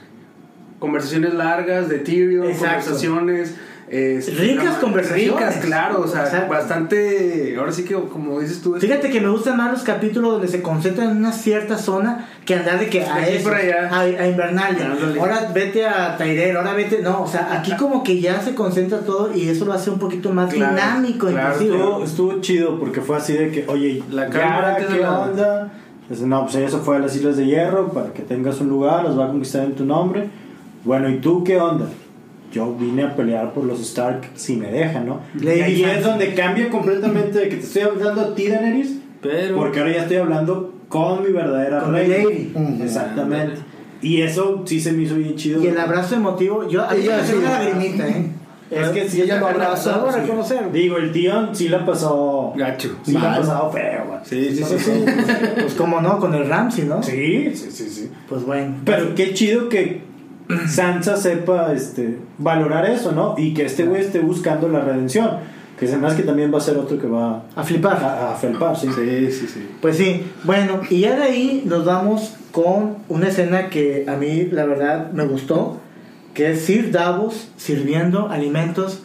Conversaciones largas de tibio, Exacto. conversaciones. este, Ricas no, conversaciones. Ricas, claro, o sea, Exacto. bastante. Ahora sí que, como dices tú, es- Fíjate que me gustan más los capítulos donde se concentran en una cierta zona que andar de que De a aquí eso, para allá. a, a Invernalia. Ándale. Ahora vete a Tyrell, ahora vete. No, o sea, aquí como que ya se concentra todo y eso lo hace un poquito más Claro, dinámico, claro, inclusive. Estuvo, estuvo chido porque fue así de que, oye, La la cámara cara, antes de ¿qué la- onda? Dice, no, pues ella se fue a las Islas de Hierro para que tengas un lugar, los va a conquistar en tu nombre. Bueno, ¿y tú qué onda? Yo vine a pelear por los Stark si me dejan, ¿no? Y Lady ahí Sansa. es donde cambia completamente de que te estoy hablando a ti, Daenerys, Pero. porque ahora ya estoy hablando con mi verdadera Con reina. Lady. Ujú. Exactamente. Y eso sí se me hizo bien chido. Y el abrazo emotivo, yo a mí Ella me salió sí. una lagrimita, ¿eh? Es que si ella lo abraza, Debo sí. reconocerlo. Ah, Digo, el tío sí la pasó. Gacho. Sí la ha Mal. pasado feo, güey. Sí, sí, sí. Pues como no, con el Ramsey, ¿no? Sí, sí, sí, sí. Pues bueno. Pero qué chido que Sansa sepa este, valorar eso, ¿no? Y que este güey esté buscando la redención. Que se me hace que también va a ser otro que va A flipar. a, a felpar, sí. Sí, sí, sí. Pues sí, bueno, y ya de ahí nos vamos con una escena que a mí la verdad me gustó, que es Sir Davos sirviendo alimentos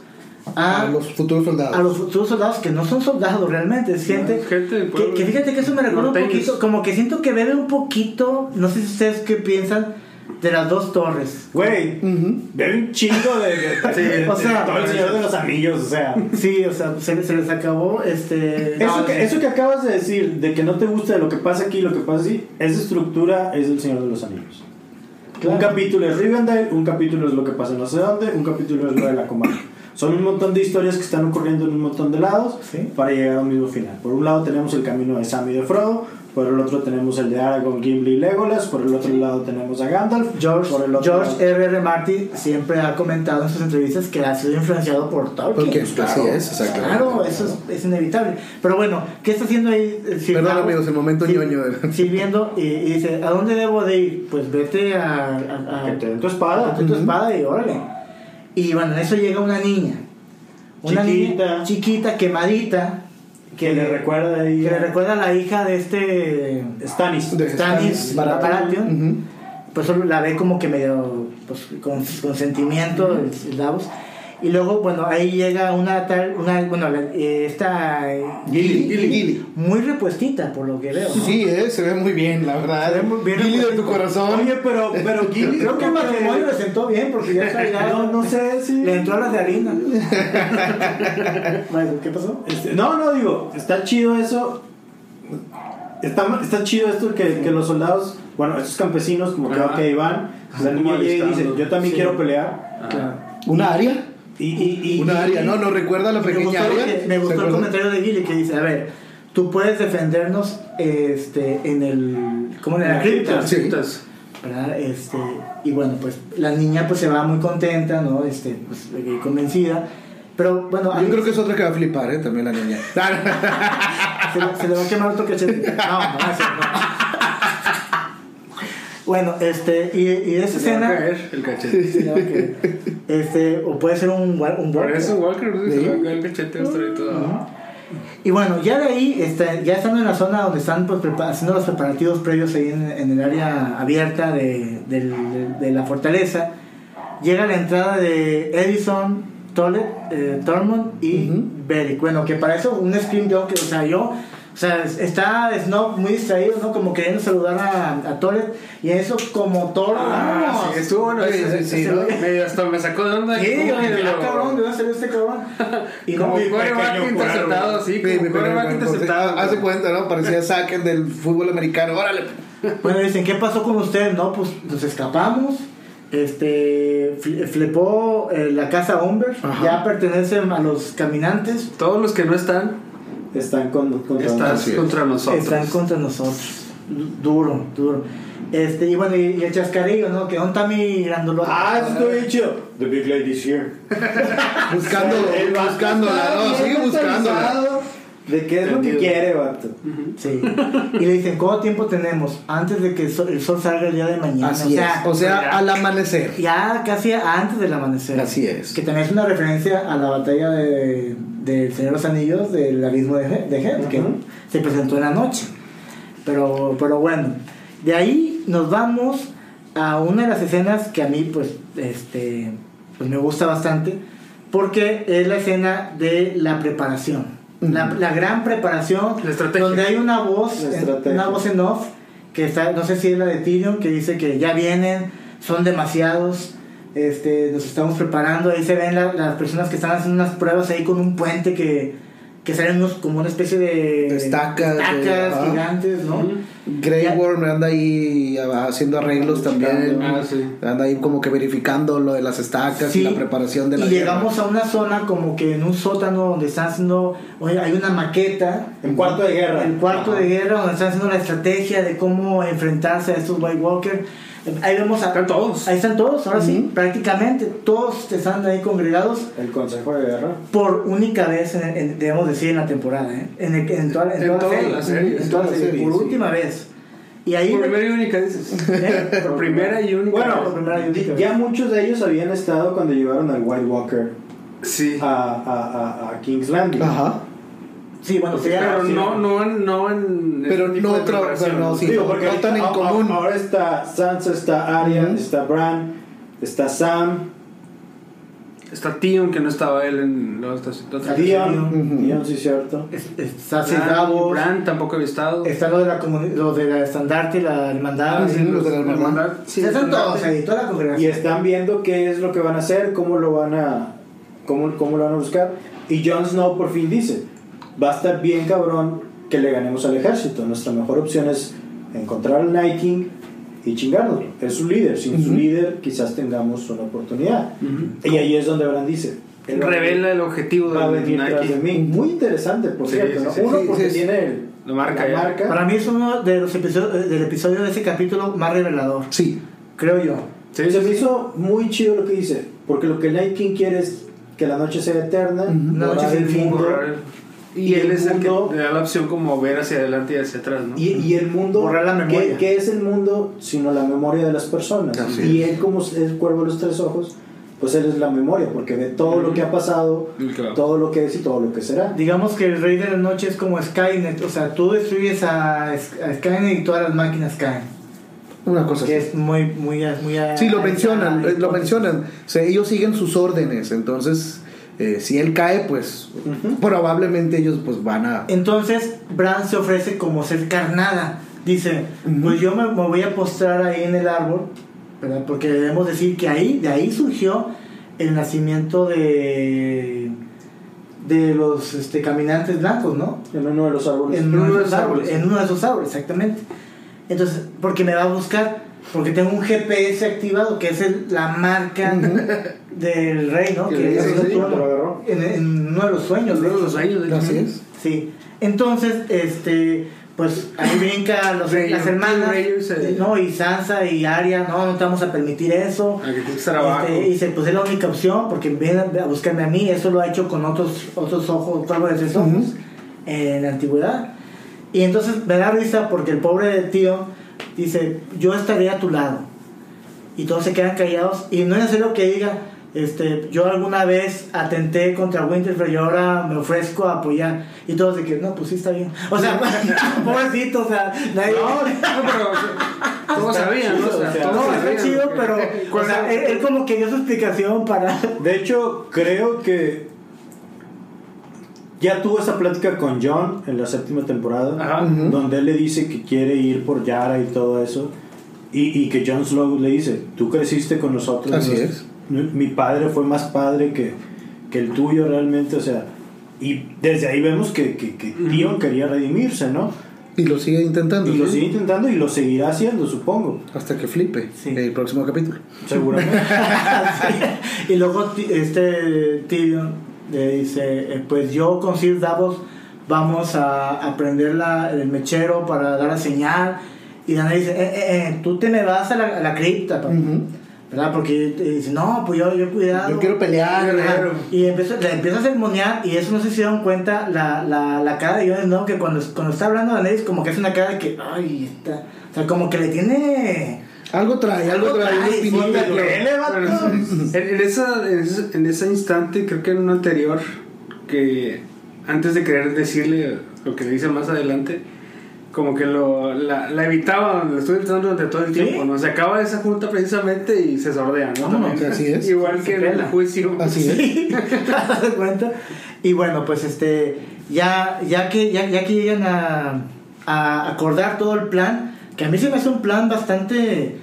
a, A los futuros soldados. Ah. a los futuros soldados que no son soldados realmente, es gente, Gente del que, pueblo. que fíjate que eso me recuerda un Norteños. poquito, como que siento que bebe un poquito, no sé si ustedes qué piensan, de las dos torres. Güey, Ujú. ve un chingo de, de- de- o sea, de todo el Señor de los Anillos, o sea. Sí, o sea, se, se les acabó este... Eso no, que, es- eso que acabas de decir, de que no te gusta lo que pasa aquí, lo que pasa así, esa estructura es del Señor de los Anillos. Claro. Un capítulo es Rivendell, un capítulo es lo que pasa no sé dónde, un capítulo es lo de la comarca. Son un montón de historias que están ocurriendo en un montón de lados Sí. para llegar a un mismo final. Por un lado tenemos el camino de Sam y de Frodo, por el otro tenemos el de Aragorn, Gimli y Legolas, por el otro lado tenemos a Gandalf, George, por el otro George lado- R. R. Martin siempre ha comentado en sus entrevistas que ha sido influenciado por Tolkien. Tolkien, pues, así es, exactamente. Claro, eso es, es inevitable. Pero bueno, ¿qué está haciendo ahí? eh, Sir Perdón, Davos? amigos, el momento Sir- ñoño de- Sirviendo y, y dice, ¿a dónde debo de ir? Pues vete a... a, a- Que te den tu espada. a tu espada y órale. Y bueno, en eso llega una niña. Una Chiquita. niña chiquita, quemadita, que le recuerda ahí que le a- recuerda a la hija de este... Stannis. De Stannis Stannis Baratheon. Ujú. pues solo la ve como que medio pues, con, con sentimiento el, el Davos y luego bueno ahí llega una tal una bueno la- eh, esta eh, Gilly, Gilly, Gilly. muy repuestita por lo que veo ¿no? Sí, eh, se ve muy bien, pues, la verdad. Se ve muy bien. Gilly de tu corazón. Oye, pero, pero Gimli, creo que el matrimonio le que- sentó bien porque ya está ya No, no sé si. le entró a las de harina bueno qué pasó Este, no, no, digo, está chido eso. Está, está chido esto que, que los soldados, bueno, estos campesinos, como que, Ajá. ok, van. La Como niña llega y dice, alistando. yo también Sí. quiero pelear. Ajá. ¿Una área? Y, y, y- Una área, ¿no? ¿No recuerda la me gustó, pequeña área? que- me gustó el comentario de Gilly que dice a ver tú puedes defendernos este en el como en la cripta Sí. Entonces, ¿verdad? Este, y bueno, pues la niña pues se va muy contenta, ¿no? Este, pues eh, convencida. Pero bueno, a Yo mí creo que es otra que va a flipar, ¿eh? También la niña. se, le- se le va a quemar otro cachete. No, no, eso no. Bueno, este, y, y esa Se le va a escena. caer el cachete. Sí, no, que- Este, o puede ser un, wa- un Por walker. eso Walker se Sí. le va a caer el cachete hasta ahorita. Y bueno, ya de ahí, este, ya estando en la zona donde están pues, prepa- haciendo los preparativos previos ahí en, en el área abierta de, del- de- de la fortaleza, llega la entrada de Edison, Tolet, eh, Tormund y Ujú. Beric. Bueno, que para eso un Scream Joker, o sea, yo, o sea, es- está Snob muy distraído, ¿no? Como queriendo saludar a, a Tolet y en eso como toro. Ah, ¡vamos! sí, estuvo bueno. Ese- Sí, sí, Pues, ese sí, ¿no? lo- Me- Hasta me sacó de onda. Sí, ¿Cómo oye, que ah, lo- cabrón, ¿de dónde salió este cabrón? Y no, Como y- quarterback interceptado, sí, Sí, mi como primer quarterback encuentro, sí. interceptado. Haz de cuenta, ¿no? Parecía saquen del fútbol americano. Órale. Bueno, dicen, ¿qué pasó con usted? No, pues nos escapamos. Este, fl- flepó eh, la casa Humber, Ajá. ya pertenece a los caminantes, Todos los que no están, Están con, contra están así es. contra nosotros. están contra nosotros. Du- Duro, duro. Este, y bueno, y, y el chascarillo, ¿no? Que dónde está mi grandulota. Ah, eso estuvo bien chido. The big lady's here. Buscando, El vato buscándola, está no, bien sigue buscándola. mentalizado De qué es lo que Entendido. quiere, vato. Sí. Y le dicen, ¿cuánto tiempo tenemos? Antes de que el sol, el sol salga el día de mañana. Así o sea, es. O sea, ya. al amanecer. Ya casi antes del amanecer. Así es. Que también es una referencia a la batalla de, del Señor de los Anillos del abismo de, He- de Helm, que Ujú. se presentó en la noche. Pero, pero bueno, de ahí nos vamos a una de las escenas que a mí pues, este, pues me gusta bastante, porque es la escena de la preparación. La, Ujú. la gran preparación La estrategia. donde hay una voz La en- estrategia. una voz en off que está no sé si es la de Tyrion que dice que ya vienen son demasiados este, nos estamos preparando ahí se ven la- las personas que están haciendo unas pruebas ahí con un puente que, que salen unos, como una especie de Estacas, de- estacas ajá. gigantes no Ujú. Grey Ya. Worm anda ahí ah, haciendo arreglos también. Ah, sí. Anda ahí como que verificando lo de las estacas Sí, y la preparación de la y hierba. llegamos a una zona como que en un sótano donde están haciendo oye, hay una maqueta En cuarto de guerra. El cuarto Ajá. de guerra donde están haciendo la estrategia de cómo enfrentarse a estos White Walker. Eh, Ahí vemos a. Están todos. Ahí están todos, ahora sí. Ujú. Prácticamente todos están ahí congregados El consejo de guerra. por única vez, en- en- debemos decir, en la temporada. ¿eh? En, el- en toda, en En toda todas serie. las series, En toda todas las serie, series, Por sí. última vez. Y ahí. Por primera y única dices. ¿eh? Por primera y única. Por Bueno, primera y única ya vez. muchos de ellos habían estado cuando llevaron al White Walker sí. a, a, a, a King's Landing. Ajá. Sí, bueno, sí, Pero sí. no, no, en- no en. Pero este no tipo de otra- preparación. pero no, sí. Digo, porque no tan en ahorita- a- a- común. Ahora está Sansa, está Arya, Ujú. está Bran, está Sam, Está Tion que no estaba él en la otra la otra- Está Dion. Ujú. Dion, sí, cierto. Es- es- Está Bran, Cedravos, Bran tampoco había estado. Está lo de la, comuni- lo de la estandarte, la hermandad. ¿eh? Ah, sí, los de la hermandad. hermandad. Sí, están estandarte. todos ahí, toda la Y congregación. están viendo qué es lo que van a hacer, cómo lo van a, cómo, cómo lo van a buscar. Y Jon Snow por fin dice, va a estar bien cabrón que le ganemos al ejército. Nuestra mejor opción es encontrar al Night King y chingarlo. Es su líder. Sin su Ujú. líder quizás tengamos una oportunidad. Ujú. Y ahí es donde Bran dice, él va a venir- Revela el objetivo va a de venir tras de Nike. mí. Muy interesante, por Sí, cierto. sí, ¿no? sí, Uno sí, porque sí, sí. tiene el- La marca, ya. Para mí es uno de los episodios eh, del episodio de ese capítulo más revelador, Sí. creo yo. Sí, se sí, me sí. hizo muy chido lo que dice, porque lo que el Night King quiere es que la noche sea eterna, Ujú. La borrar noche el sin fin, mundo, Borrar el- Y Y él el es el que mundo- le da la opción como ver hacia adelante y hacia atrás, ¿no? y, y el mundo, Borrar la memoria. ¿qué, qué es el mundo sino la memoria de las personas? Así y es. él como es el cuervo de los tres ojos, pues él es la memoria, porque ve todo lo que ha pasado, Y claro. todo lo que es y todo lo que será. Digamos que el Rey de la Noche es como Skynet, o sea, tú destruyes a, Sk- a Skynet y todas las máquinas caen. Una cosa Que así. es muy, muy, muy... Sí, lo ah, mencionan, ah, eh, lo mencionan. O sea, ellos siguen sus órdenes, entonces eh, si él cae, pues Ujú. probablemente ellos pues van a... Entonces, Bran se ofrece como ser carnada. Dice, Ujú. pues yo me, me voy a postrar ahí en el árbol, ¿verdad? Porque debemos decir que ahí, de ahí surgió el nacimiento de de los este, caminantes blancos, ¿no? En uno de los árboles. En uno de esos árboles, en uno de esos árboles, exactamente. Entonces, porque me va a buscar, porque tengo un GPS activado que es el- la marca del rey, ¿no? Que Que le es dice, el sí, trono. que lo agarró. en, en uno de los sueños, ¿Ah, Uno de de hecho. los años, de hecho. Así es. Sí. Entonces, este, pues pues ahí brinca los, Rey- las hermanas, Rey- Rey- no, y Sansa y Arya, no, no te vamos a permitir eso. A que quites trabajo. Este, y dice, pues es la única opción, porque vienen a buscarme a mí, eso lo ha hecho con otros, otros ojos, otros de sus ojos, en la antigüedad. Y entonces me da risa porque el pobre tío dice, yo estaré a tu lado. Y todos se quedan callados. Y no es necesario que diga, este, yo alguna vez atenté contra Winterfell y ahora me ofrezco a apoyar. Y todos de que, no, pues sí está bien. O sea, pobrecito, o sea, nadie... No, no, pero o sea, todos sabían, ¿no? O sea, Está chido, todos No, sabían, está chido, porque- pero o Cuando- sea, él, él como que dio su explicación para... De hecho, creo que ya tuvo esa plática con John en la séptima temporada, Ajá. Ujú. donde él le dice que quiere ir por Yara y todo eso, y, y que Jon Snow le dice, tú creciste con nosotros, Así nos- es. mi- mi padre fue más padre que, que el tuyo realmente, o sea, y desde ahí vemos que, que, que Tion quería redimirse, ¿no? Y lo sigue intentando. Y lo ¿sí? sigue intentando y lo seguirá haciendo, supongo, Hasta que flipe Sí. el próximo capítulo. seguramente. Sí. Y luego ti- este Tyrion le dice, eh, pues yo con Sir Davos vamos a aprender la, el mechero para dar la señal. Y Dana dice, eh, eh, eh, tú te me vas a la, a la cripta, papá. ¿Verdad? Porque eh, dice, no, pues yo, yo cuidado. Mm. Yo quiero pelear. Ajá. ¿verdad? Y empieza, le empieza a sermonear y eso no sé si se dieron cuenta la, la, la cara de Jon Snow que cuando, cuando está hablando de Daenerys como que hace una cara de que, ay, está... O sea, como que le tiene... Algo trae, algo Algo trae. una trae, espinita. ponte Pero- pero en, en esa, en, ese, en ese instante, creo que en uno anterior, que antes de querer decirle lo que le dice más adelante, como que lo, la, la evitaba, lo estuve evitando durante todo el ¿Sí? tiempo, ¿no? Se acaba esa junta precisamente y se sordea, ¿no? Vámonos, También. así es. Igual Se que en el pela. juicio. Así es. Sí, ¿te das cuenta? Y bueno, pues este, ya, ya, que, ya, ya que llegan a, a acordar todo el plan, que a mí se me hace un plan bastante,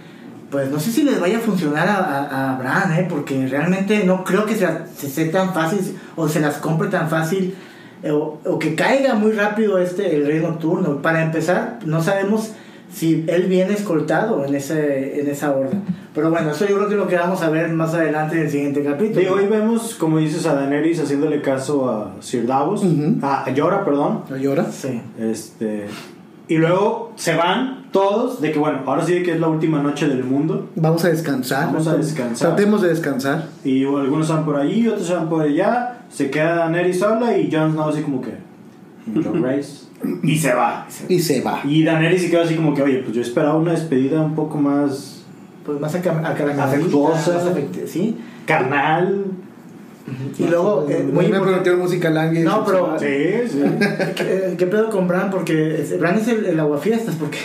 pues no sé si les vaya a funcionar a, a, a Bran, ¿eh? porque realmente no creo que se, la- se sea tan fácil o se las compre tan fácil. eh, O, o que caiga muy rápido este el rey nocturno. Para empezar, no sabemos si él viene escoltado en, ese, en esa orden. Pero bueno, eso yo creo que es lo que vamos a ver más adelante en el siguiente capítulo. Digo, hoy vemos, como dices, a Daenerys haciéndole caso a Sir Davos, Ah, Ujú. a a Jorah, perdón. ¿No llora? Sí. Este, y luego se van todos de que, bueno, ahora sí de que es la última noche del mundo. Vamos a Ah, descansar. Vamos a descansar. Tratemos de descansar. Y algunos van por allí, otros van por allá. Se queda Daenerys sola y Jon Snow así como que... "Yo, Grace", y se va. Y se va. Y Daenerys se queda así como que, oye, pues yo esperaba una despedida un poco más Pues más acá, Afectuosa. sí. carnal. Y luego, eh, me muy importante, prometió música langue. No, pero- Sí, sí. ¿qué, qué pedo con Bran? Porque es- Bran es el, el aguafiestas, porque,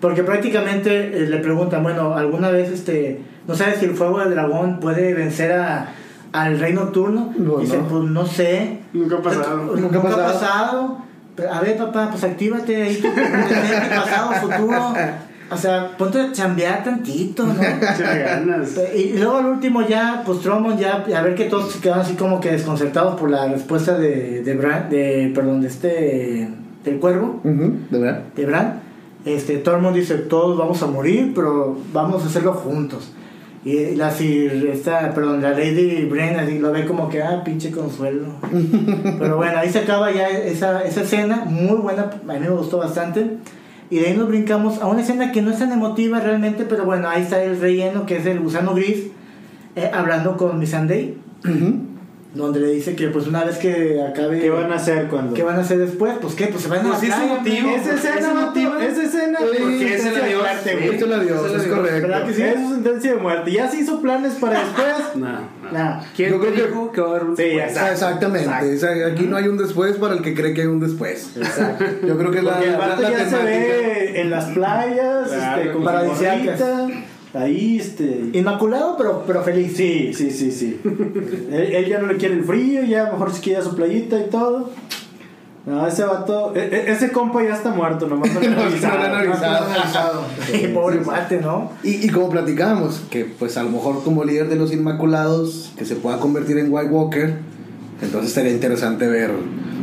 porque prácticamente eh, le preguntan, bueno, ¿alguna vez este, no sabes si el fuego del dragón puede vencer a, al rey nocturno? No, Dice, no. pues no sé. Nunca ha pasado. Nunca, Nunca ha ha pasado. pasado. Pero, A ver, papá, pues actívate ahí, tu presente, pasado, futuro. O sea, ponte a chambear tantito, ¿no? Échale ganas. Y y luego al último ya, pues Drummond ya, a ver que todos se quedaron así como que desconcertados por la respuesta de, de Bran, de, perdón, de este, del cuervo, Ujú, de verdad. de Bran. Este, Tormund dice, todos vamos a morir, pero vamos a hacerlo juntos. Y eh, la, si- esta, perdón, la Lady Bren así lo ve como que, ah, pinche consuelo. pero bueno, ahí se acaba ya esa, esa escena, muy buena, a mí me gustó bastante. Y de ahí nos brincamos a una escena que no es tan emotiva realmente, pero bueno, ahí está el relleno, que es el gusano gris, eh, hablando con Missandei, Ujú. donde le dice que pues una vez que acabe... ¿Qué van a hacer cuando...? ¿Qué van a hacer después? Pues qué, pues se van a Pues la sí es playa, emotivo. ¿no? Esa escena, vato, esa escena... Porque es el adiós. Esto es la Dios, es ¿Verdad correcto. que sí? Es su sentencia de muerte. Ya se hizo planes para después. No, no. Nah. ¿Quién Yo te creo que- dijo que va a haber un Sí, ya después? Ah, Exactamente. Esa- Aquí no hay un después para el que cree que hay un después. Exacto. Yo creo que es la, Porque el la- vato la ya se temática. ve en las playas, Claro, este, con paradisíacas. paradisíacas. Ahí, este. Inmaculado, pero, pero feliz. Sí, sí, sí, sí. él, él ya no le quiere el frío, ya mejor se quiere su playita y todo. No, ese vato, e- e- ese compa ya está muerto, nomás no le han No, no le han avisado. avisado. Pobre mate, ¿no? Y, y como platicábamos, que pues a lo mejor como líder de los Inmaculados, que se pueda convertir en White Walker, entonces sería interesante ver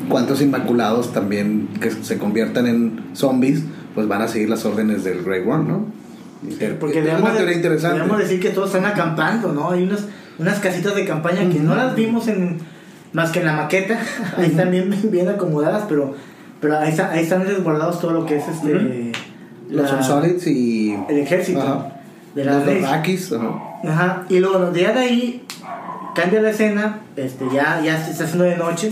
cuántos Inmaculados también que se conviertan en zombies, pues van a seguir las órdenes del Grey Worm, ¿no? Inter- Porque es una debemos, teoría de- debemos interesante. decir que todos están acampando, ¿no? Hay unas, unas casitas de campaña que no las vimos en más que en la maqueta. Ahí están bien, bien acomodadas, pero Pero ahí, está- ahí están resguardados todo lo que es este. la- Los Unsolids y. El ejército. Ajá. De las los leyes. Rakis, ajá. Ajá. Y luego, bueno, ya de ahí, cambia la escena, este, ya, ya se está haciendo de noche.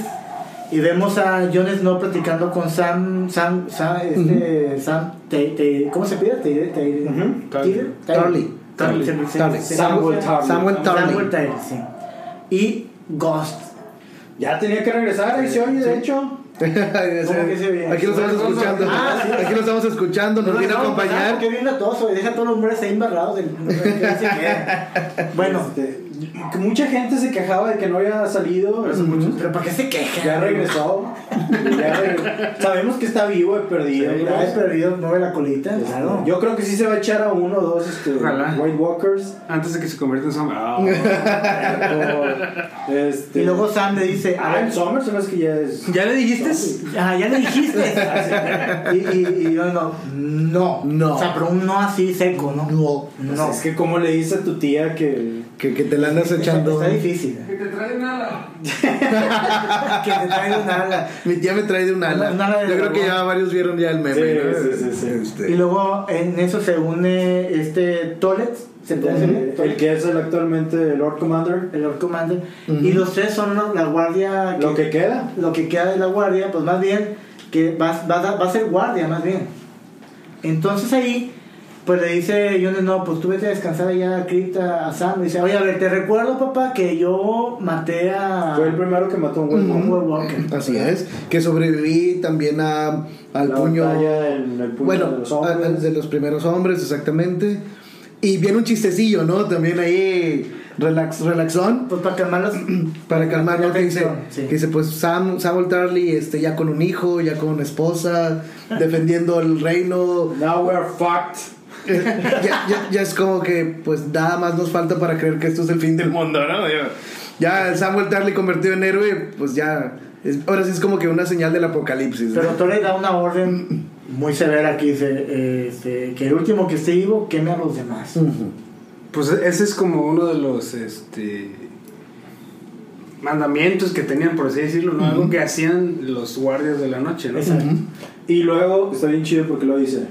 Y vemos a Jon Snow platicando con Sam, Sam, Sam, este, Sam, Tay- Tay- ¿cómo se pide? Tay- Tay- Tyler. Tarly. Tarly. Se- se- Tarly. se- Samuel Tarly. Samuel Tarly. Samuel Tarly, sí. Y Ghost. Ya tenía que regresar, ahí se oye, de hecho. ¿Cómo que se ve? Aquí lo estamos escuchando. Ah, sí. Aquí lo estamos escuchando. Nos viene a acompañar. Qué bien latoso, y deja a todos los hombres ahí embarrados. del- bueno, Este, mucha gente se quejaba de que no había salido. Ujú. pero ¿para qué se queja? Ya regresó. Ya regresó. Sabemos que está vivo y perdido. Ya ¿verdad? has perdido, mueve la colita. Este, Claro. Yo creo que sí se va a echar a uno o dos este, Ojalá. White Walkers. Antes de que se convierta en zombie. Ah. o, este, Y luego Sam le dice, a Ah, en ver, Summer se me hace que ya es. ¿Ya le dijiste? ah, ya le dijiste. y, y, y yo no, no, No. O sea, pero un no así seco, ¿no? No. No. Pues Es que como le dice a tu tía que. eh, Que, que te la andas echando. Está difícil. ¿eh? Que te trae una. que te traiga una ala. Mi tía me trae de un ala. Un ala de Yo creo que dragón. ya varios vieron ya el meme. Sí, ¿no? sí, sí, sí. Este, Y luego en eso se une este Tolet, se puede El, decir, el que es el actualmente Lord Commander. el Lord Commander. Ujú. Y los tres son los- la guardia. Lo que queda. lo que queda de la guardia, pues más bien que va, va, a- va a ser guardia, más bien. Entonces ahí, pues le dice Jon no, pues tú vete a descansar allá a la cripta a Sam. Y dice, oye, a ver, te recuerdo, papá, que yo maté a. Fue el primero que mató a un a White un Walker. White Walker". Así es. Que sobreviví también a, al La puño. batalla en el puño bueno, de los a- a- hombres. de los primeros hombres, exactamente. Y viene un chistecillo, ¿no? También ahí relax, relaxón. Pues para calmarlos. Para calmar, ¿no? Que dice, Sí. que dice, pues Sam, Samuel Tarly, este, ya con un hijo, ya con una esposa, defendiendo el reino. Now we're fucked. Eh, ya, ya- ya es como que, pues nada más nos falta para creer que esto es el fin del mundo, ¿no? Digo, Ya Samuel Tarly convertido en héroe, pues ya. es- ahora sí es como que una señal del apocalipsis. ¿no? Pero Tolet da una orden muy severa que dice: eh, este, que el último que esté vivo queme a los demás. Ujú. Pues ese es como uno de los este mandamientos que tenían, por así decirlo, ¿no? Algo que hacían los guardias de la noche, ¿no? Exacto. Y luego está bien chido porque lo dice.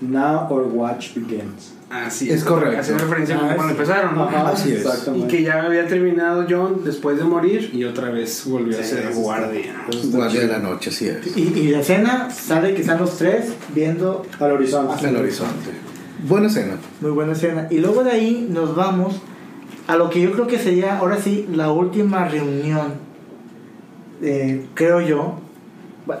Now our watch begins. Así Es correcto. Hace referencia Ah, a cuando sí. empezaron, ¿no? Ajá, así es. Y exactamente. que ya había terminado John después de morir y otra vez volvió a Sí, ser eso está- guardia. eso está Guardia de chido. la noche, sí es. Y, y la escena sale que están los tres viendo Al horizonte. En el horizonte. Buena escena. Muy buena escena. Y luego de ahí nos vamos a lo que yo creo que sería ahora sí la última reunión, eh, creo yo,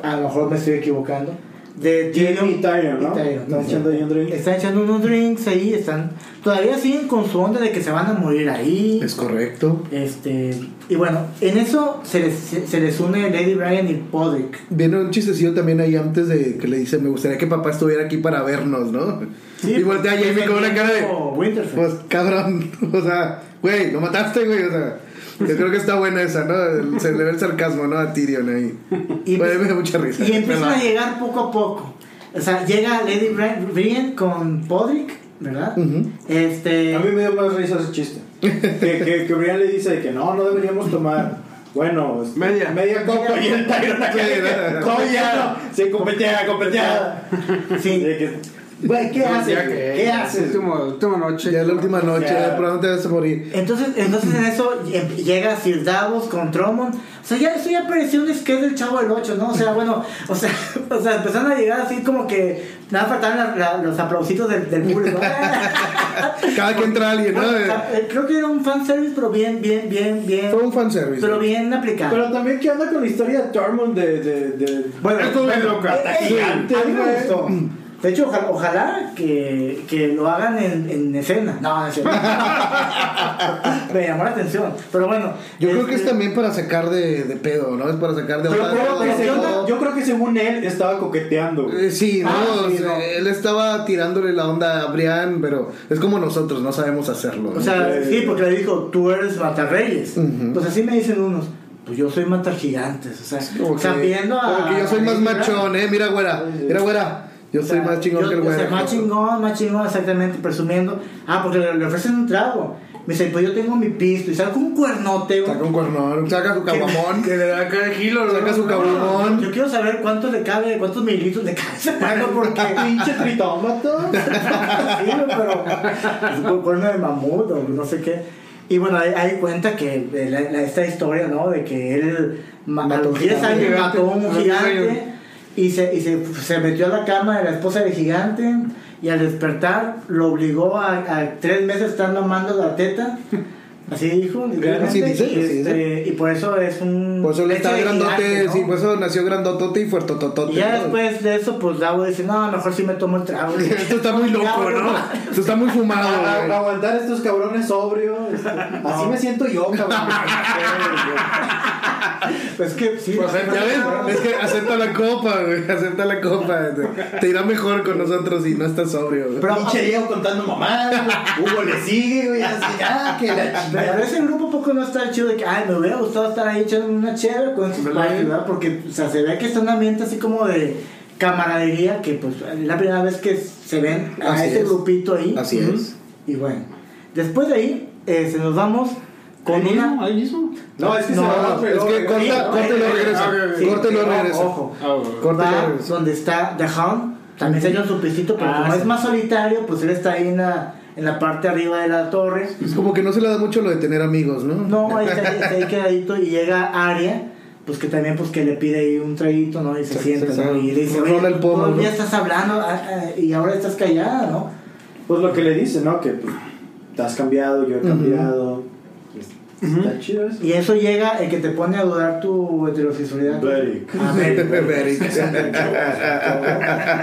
a lo mejor me estoy equivocando, de Tyrion y Tyrion, ¿no? y Tyrion. Están echando ahí un drink. Están echando unos drinks ahí, están, todavía siguen con su onda de que se van a morir ahí. Es correcto. Este, y bueno, en eso se les, se, se les une Lady Brian y Podrick. Viene un chistecillo también ahí antes de que le dice, me gustaría que papá estuviera aquí para vernos, ¿no? y voltea a Jamie con una cara de... Winterfell. Pues cabrón, o sea, güey, lo mataste, güey, o sea, yo creo que está buena esa, ¿no? Se le ve el sarcasmo, ¿no? A Tyrion ahí. Y Bueno, empieza- me da mucha risa. Y empiezan Perdón. a llegar poco a poco. O sea, llega Lady Bri- Brian con Podrick, ¿verdad? Ujú. Este. A mí me dio más risa ese chiste. que, que, que Brian le dice de que no, no deberíamos tomar. Bueno, este, Media. Media copa y el Tyron acá. Sí, de que, no, no. "Coña, no, Sí, competea, competea. Sí. De que, Güey, ¿qué haces? Ya güey? que- ¿Qué haces? Último- última noche. Ya es la última noche, Ya. ya, probablemente vas a morir. Entonces, entonces en eso em- llega Sir Davos con Tromon. O sea, ya eso ya parecía un sketch del Chavo del 8, ¿no? O sea, bueno, o sea, o sea empezaron a llegar así como que nada faltaban la- la- los aplausitos del, del público. Cada que entra alguien, ¿no? Bueno, eh, Creo que era un fanservice, pero bien, bien, bien, bien. Fue un fanservice. Pero bien aplicado. Pero también, ¿qué onda con la historia de Tormund de. de, de Bueno, Esto es loca. eh, eh, gigante, a mí me güey. gustó. De hecho, ojalá, ojalá que, que lo hagan en, en escena. No, en escena. me llamó la atención. Pero bueno. Yo creo que es este, también para sacar de, de pedo, ¿no? Es para sacar de... Yo onda, creo que de según- todo. yo creo que según él estaba coqueteando. güey. Eh, Sí, ¿no? Ah, O sí, sea, no. Él estaba tirándole la onda a Brian, pero es como nosotros, no sabemos hacerlo. ¿no? O sea, Ok. sí, porque le dijo, tú eres matarreyes. eh, Ujú. Pues así me dicen unos. Pues yo soy matar gigantes. O sea, Como que- sabiendo a. como que yo soy más a- machón, eh. Mira, güera. Mira, güera. Yo soy más chingón yo- que el yo güey. soy de más Jalisco. chingón, más chingón, exactamente, presumiendo. Ah, porque le, le ofrecen un trago. Me dice, pues yo tengo mi pisto. Y saca un cuernote, güey. Saca un cuernón, saca su cabamón. Que le da cada kilo, Saca su Yo cabamón. quiero saber cuánto le cabe, cuántos mililitros le cabe a ese palo, porque. Pinche tritómato. sí, güey, pero. Es un cuerno de mamut o no sé qué. Y bueno, ahí, ahí cuenta que eh, la- la- esta historia, ¿no? De que él ma- a Mató un los 10 gigante. años mató a un Mató un gigante gigante. y, se, y se, se metió a la cama de la esposa del gigante y al despertar lo obligó a, a tres meses estar mamando la teta. Así dijo. literalmente, así dice, y, así este, y por eso es un... Por eso le leche está de grandote, gigante, ¿no? sí, por eso nació grandotote y fuertototote. Y ya ¿no? después de eso, pues Davo dice, no, mejor sí me tomo el trago. Esto está muy loco, ¿no? Esto está muy fumado, Para güey. aguantar estos cabrones sobrio. este, Así me siento yo, cabrón. Pues que sí. O sea, ya ves, es que acepta la copa, güey. Acepta la copa. este, Te, te irá mejor con nosotros si no estás sobrio, güey. Pero- Pinche Diego contando mamadas. güey. Hugo le sigue, güey. Así, ah, que la Pero chingada. en ese grupo poco no está chido de que, ay, me hubiera gustado estar ahí echando una chévere con sus ¿Verdad? padres, ¿verdad? Porque, o sea, se ve que está un ambiente así como de camaradería, que pues es la primera vez que se ven a Así ese es. grupito ahí. Así Ujú. es. Y bueno, después de ahí, eh, se nos vamos con ¿Ahí una... mismo? ¿Ahí mismo? No, es que No, se va no, Es que corta, corta y lo regresa. Sí, Corta y lo ojo, regresa. Ojo, Ah, bueno. Corta y lo Va regresa. donde está The Hound. También se dio su pisito, pero Ah, como sí. es más solitario, pues él está ahí en la, en la parte arriba de la torre. Es como que no se le da mucho lo de tener amigos, ¿no? No, ahí está, está ahí quedadito y llega Aria, pues que también pues que le pide ahí un traguito, ¿no? Y se Se- sienta, se- ¿no? Y le dice, se rola oye, el pomo, todo el día ¿no? estás hablando ah, ah, y ahora estás callada, ¿no? Pues lo que le dice, ¿no? Que pues, te has cambiado, yo he Ujú. cambiado. Está chido eso. Y eso llega el que te pone a dudar tu heterosexualidad. Beric. A ver,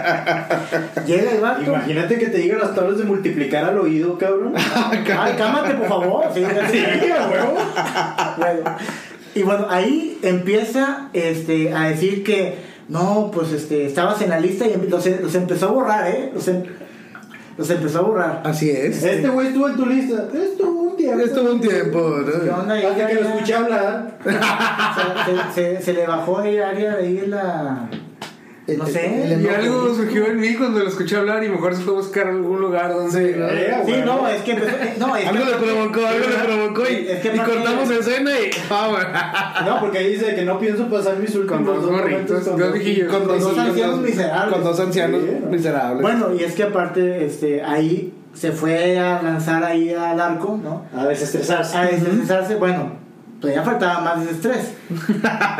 llega el vato. Imagínate que te digan las tablas de multiplicar al oído, cabrón. Ay, cámate, por favor. Sí, ya sé. Bueno, y bueno, ahí empieza este, a decir que no, pues este, estabas en la lista y em- los, los empezó a borrar, ¿eh? Los, em- los empezó a borrar. Así Eh, es. Este güey estuvo en tu lista. Estuvo un tiempo. Estuvo un tiempo, ¿Qué ¿no? onda? Y Hasta que lo ya- escuché hablar. Se, se- se- se le bajó el área de ahí la. No sé. Eh, Y algo surgió en mí cuando lo escuché hablar y mejor se fue a buscar algún lugar donde... Eh, Sí, güey. no, es que. empezó- eh, No, es Algo que- le provocó, algo le provocó y, Es que y cortamos Martín- escena y vamos. No, porque ahí dice que no pienso pasar mis últimos dos gorritos, momentos con dos dos- viejillos. Con Con dos, dos ancianos miserables. Con dos ancianos Sí, ¿no? miserables. Bueno, y es que aparte, este, ahí se fue a lanzar ahí al arco, ¿no? A desestresarse. a desestresarse, bueno, todavía faltaba más desestrés.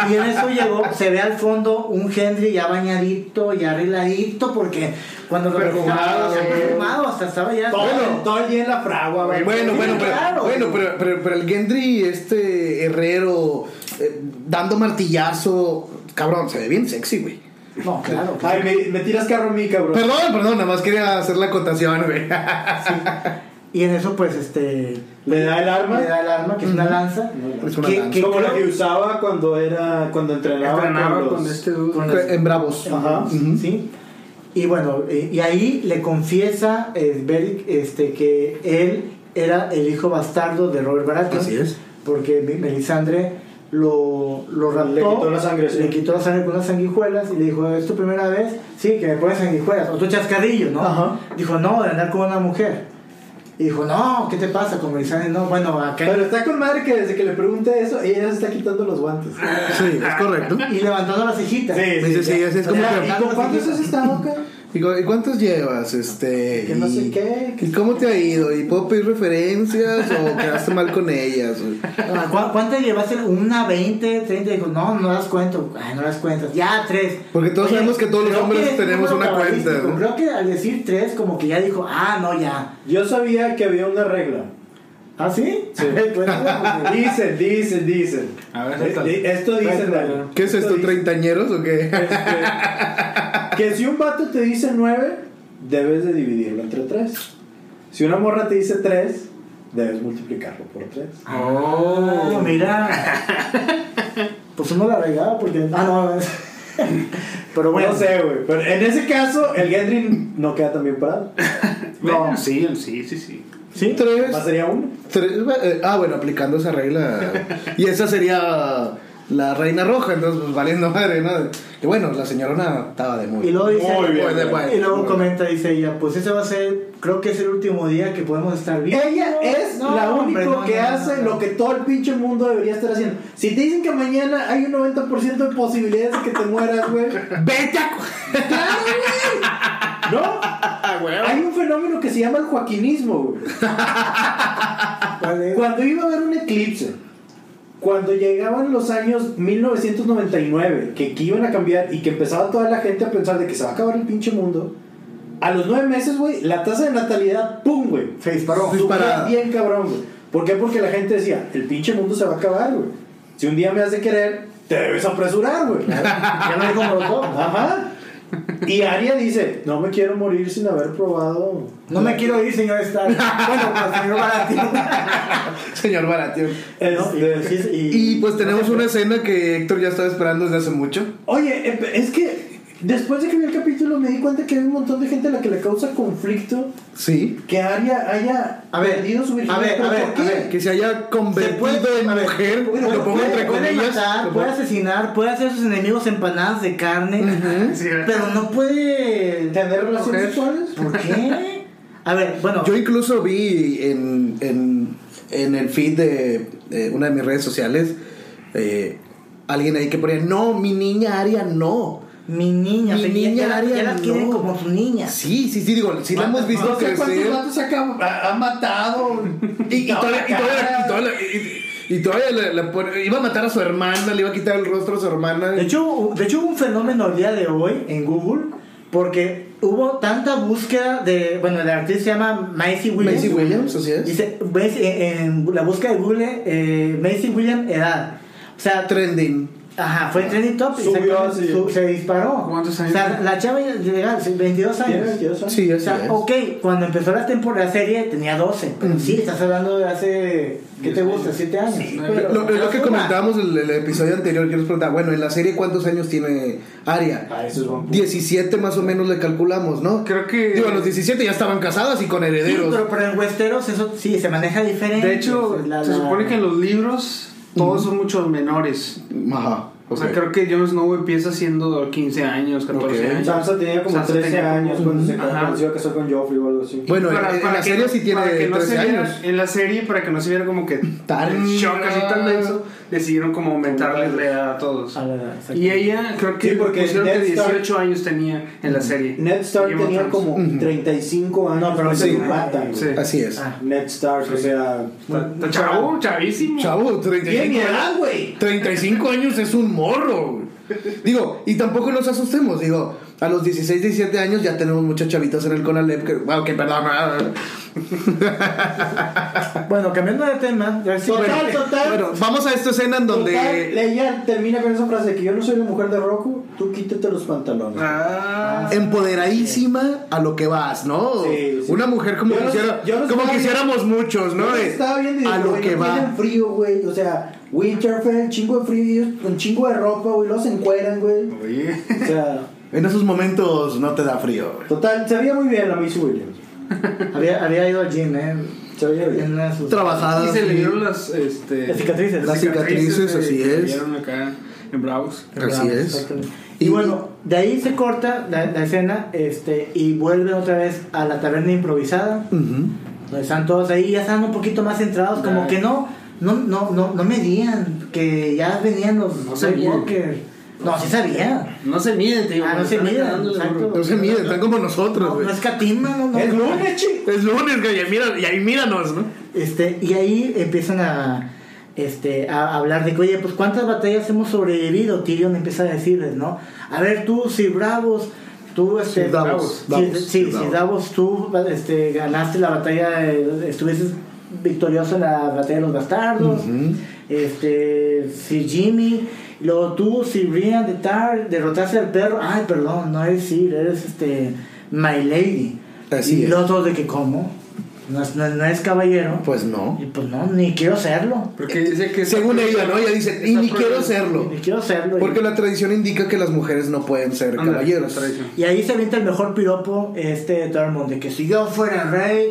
y en eso llegó, se ve al fondo un Henry ya bañadito, ya arregladito, porque cuando lo Perfumado, revisaba, ya sí. perfumado, hasta estaba ya. Todo, Bueno. todo el día en la fragua, güey. Bueno, Sí, bueno, pero, claro. bueno pero, pero, pero el Gendry, este herrero, eh, dando martillazo, cabrón, se ve bien sexy, güey. No, claro. claro. Ay, me, me tiras carro a mí, cabrón. Perdón, perdón, nada más quería hacer la acotación, güey. Y en eso, pues, este. Le da el arma. Le da el arma, que es una lanza. Es una que- lanza. que Como la creo- que usaba cuando era. cuando entrenaba. Entrenaba con los- con este dude. con las- En Bravos. Ajá. Ujú. ¿sí? Y bueno, eh, y ahí le confiesa eh, Beric este, que él era el hijo bastardo de Robert Baratheon. Así es. Porque Mi- Melisandre lo, lo raptó. Le quitó la sangre, sí. Le quitó la sangre con unas sanguijuelas y le dijo, ¿es tu primera vez? Sí, que me pones sanguijuelas. O tu chascadillo, ¿no? Ajá. Dijo, no, de andar con una mujer. Y dijo, no, ¿qué te pasa con Melisandre? No, bueno, acá... Pero está con madre que desde que le pregunte eso, ella se está quitando los guantes. Sí, es correcto. Y levantando las cejitas. Sí. Ah, pues Sí, sí, sí, así es como Ya, que- ¿Y con cuántos has estado, cabrón? ¿Y cu- y cuántos llevas? Este. Que no sé y- qué, que- ¿Y cómo te ha ido? ¿Y puedo pedir referencias o quedaste mal con ellas? güey? Ah, ¿cu- ¿Cuántas llevaste? ¿Una, 20, 30? Dijo, no, no las cuento. Ay, no las cuentas. Ya, tres. Porque todos sabemos que todos los creo hombres que es tenemos número una cuenta, cabalístico. ¿no? Creo que al decir tres, como que ya dijo, ah, no, ya. Yo sabía que había una regla. ¿Ah, sí? Sí. Cuéntala, Pues, Dicen, dicen, dicen. A ver, Eh, suéltalo. eh, esto dicen, Suéltalo. Daniel. ¿Qué es esto, dicen. treintañeros o qué? Este, que si un vato te dice 9, debes de dividirlo entre 3. Si una morra te dice 3, debes multiplicarlo por 3. porque- Oh, Ah, mira. Pues uno la regaba porque. Ah, no. es- Pero bueno. No sé, güey. Pero en ese caso, el Gendry no queda tan bien parado. Pues, no. Sí, sí, sí, sí. ¿Sí? Tres. Más sería uno. Tres, eh, ah, bueno, aplicando esa regla. Y esa sería la reina roja, entonces pues valiendo madre, ¿no? Y bueno, la señorona estaba de muy... Y luego dice- muy bien, Muy de guay. Y luego Muy comenta, dice ella, pues ese va a ser, creo que es el último día que podemos estar bien. Ella es No, la única hombre, no, que no, no, hace no. lo que todo el pinche mundo debería estar haciendo. Si te dicen que mañana hay un 90% de posibilidades de que te mueras, güey. bien. ¡Vete a... cu- ¡Claro, güey! ¿No? Hay un fenómeno que se llama el joaquinismo, güey. ¿Cuál es? Cuando iba a haber un eclipse, cuando llegaban los años 1999, que, que iban a cambiar y que empezaba toda la gente a pensar de que se va a acabar el pinche mundo, a los nueve meses, güey, la tasa de natalidad, ¡pum, güey! Se disparó. Subía Disparada. bien cabrón, güey. ¿Por qué? Porque la gente decía, el pinche mundo se va a acabar, güey. Si un día me has de querer, te debes apresurar, güey. Ya lo dijo Molotov. Ajá. Y Aria dice, no me quiero morir sin haber probado. No me quiero ir, señor Stark. bueno, pues señor Baratín. Señor Baratheon. Este, Este, sí, Y pues tenemos una escena que Héctor ya estaba esperando desde hace mucho. Oye, eh, es que después de que vi el capítulo me di cuenta que hay un montón de gente a la que le causa conflicto Sí. que Aria haya A ver, perdido su virginidad. a ver, ¿Pero a ver, por a qué? ver. Que se haya convertido en a ver, mujer, bueno, lo pongo puede- entre puede comillas. matar, lo puede pongo- asesinar, puede hacer sus enemigos empanadas de carne, Sí, pero no puede ¿Tener relaciones Mujer. sexuales? ¿Por qué? A ver, bueno, Yo incluso vi en, en, en el feed de, de una de mis redes sociales eh, alguien ahí que ponía, no, mi niña Aria, no. mi niña, Mi o sea, ya- niña ya, la- ya Aria, la quieren no. como su niña. Sí, sí, sí, digo, sí la hemos visto Ah, No sé cuántos crecer. ratos ha, ha matado. Y, y todavía, y todavía- y todavía- y- y todavía le- le pone- iba a matar a su hermana, le iba a quitar el rostro a su hermana. De hecho, de hecho hubo un fenómeno el día de hoy en Google porque hubo tanta búsqueda de, bueno, el artista se llama Macy Williams. Macy Williams, así es. Dice, ves, en, en la búsqueda de Google, eh, Macy Williams edad. O sea, Trending. ajá, fue trending top y Subió exactamente así. su- se disparó. ¿Cuántos años O sea, tiene? la chava llega, 22 Tiene años. 22 años. Sí, O así sea, es. ok, cuando empezó la temporada serie tenía 12, pero sí, estás hablando de hace, ¿qué te Diez gusta? años. 7 años. Sí, Pero- Lo, es lo que pero- comentábamos en el, el episodio anterior, yo les preguntaba, bueno, en la serie cuántos años tiene Aria? Ah, eso es buen punto. 17 más o menos le calculamos, ¿no? Creo que- Digo, a los 17 ya estaban casadas y con Sí, herederos. pero, pero en Westeros eso sí se maneja diferente. De hecho, La- se la- supone que en los libros todos son muchos menores. Ajá. O sea, ok. creo que Jon Snow empieza siendo 15 años, 14 Ok. años. Sansa tenía como Sansa 13 tenía como- años cuando se Ajá. conoció que casó con Joffrey o algo así. Bueno, en- en, la que serie no- sí tiene para que no 13 se viera- años. En la serie, para que no se viera como que Tan- tan shock así tan denso, decidieron como aumentarle la edad a todos. A la edad, exacto. Y ella creo que Sí, porque pusieron que Ned Stark- 18 años tenía en la serie. Ned Stark Game of tenía Thrones. como 35 años. No, pero cuando sí. lo matan, güey. Sí. Así es. Ah. Ned Stark, o sea. Está- está Chavo, chavísimo. Chavo, 35, años- güey. 35 años es un morro. güey. Digo, y tampoco nos asustemos, digo, a los 16, 17 años ya tenemos muchas chavitas en el Conalep que, bueno, que perdón, ah, Bueno, cambiando de tema, ya sí, Total, bueno, total. eh, bueno, vamos a esta escena en donde... Total, ella termina con esa frase de que yo no soy la mujer de Roku, tú quítate los pantalones. Ah, empoderadísima a lo que vas, ¿no? Sí, sí. Una mujer como, Yo no- quisiera- yo no como estaba quisiéramos muchos, ¿no? Yo De- estaba bien y a dije, lo güey, que no va. tienen frío, güey. O sea, Winterfell, chingo de frío, y ellos con chingo de ropa, güey. Los encueran, güey. Oye. O sea, En esos momentos no te da frío. güey. total, se veía muy bien la Missy Williams. había, había ido al gym, ¿eh? Se veía En bien. una de sus- Trabajadas. Y se le sí. dieron las, este, Las cicatrices. Las cicatrices, así eh, que es. vieron acá en Bravos. Así es. Exactamente. Y, bueno, de ahí se corta la, la escena este, y vuelven otra vez a la taberna improvisada, Ujú. donde están todos ahí, ya están un poquito más centrados, como Ya. que no, no, no, no, no medían, que ya venían los No White sabían. Walker. No, sí sabía. No se miden, te digo. Ah, no se están miden, dándole exacto. duro. No se miden, están como nosotros, No, güey. no escatiman, no, no. Es lunes, chico. Pues, Es lunes, güey, y mira- y ahí míranos, ¿no? Este, y ahí empiezan a, este, a hablar de que, oye, pues cuántas batallas hemos sobrevivido, Tyrion empieza a decirles, ¿no? A ver, tú, si Bravos, tú, este, Sir Davos, Sir- Davos, sí, Sir Sir Davos. Davos, tú este, ganaste la batalla, eh, estuviste victorioso en la batalla de los bastardos, Ujú. este, Sir Jimmy, luego tú, Sir Brian de Tar, derrotaste al perro, ay, perdón, no es Sir, eres este, My Lady. Así y es. los otros de que, ¿cómo? No, es- no es- no es caballero. Pues no. Y pues no, ni quiero serlo. Porque dice que Según ella, ¿no? Ella dice, y ni quiero serlo. Ni quiero serlo. Porque y, la tradición indica que las mujeres no pueden ser Ándale, caballeros. la tradición. y ahí se avienta el mejor piropo este de Tormund, de que si yo fuera rey,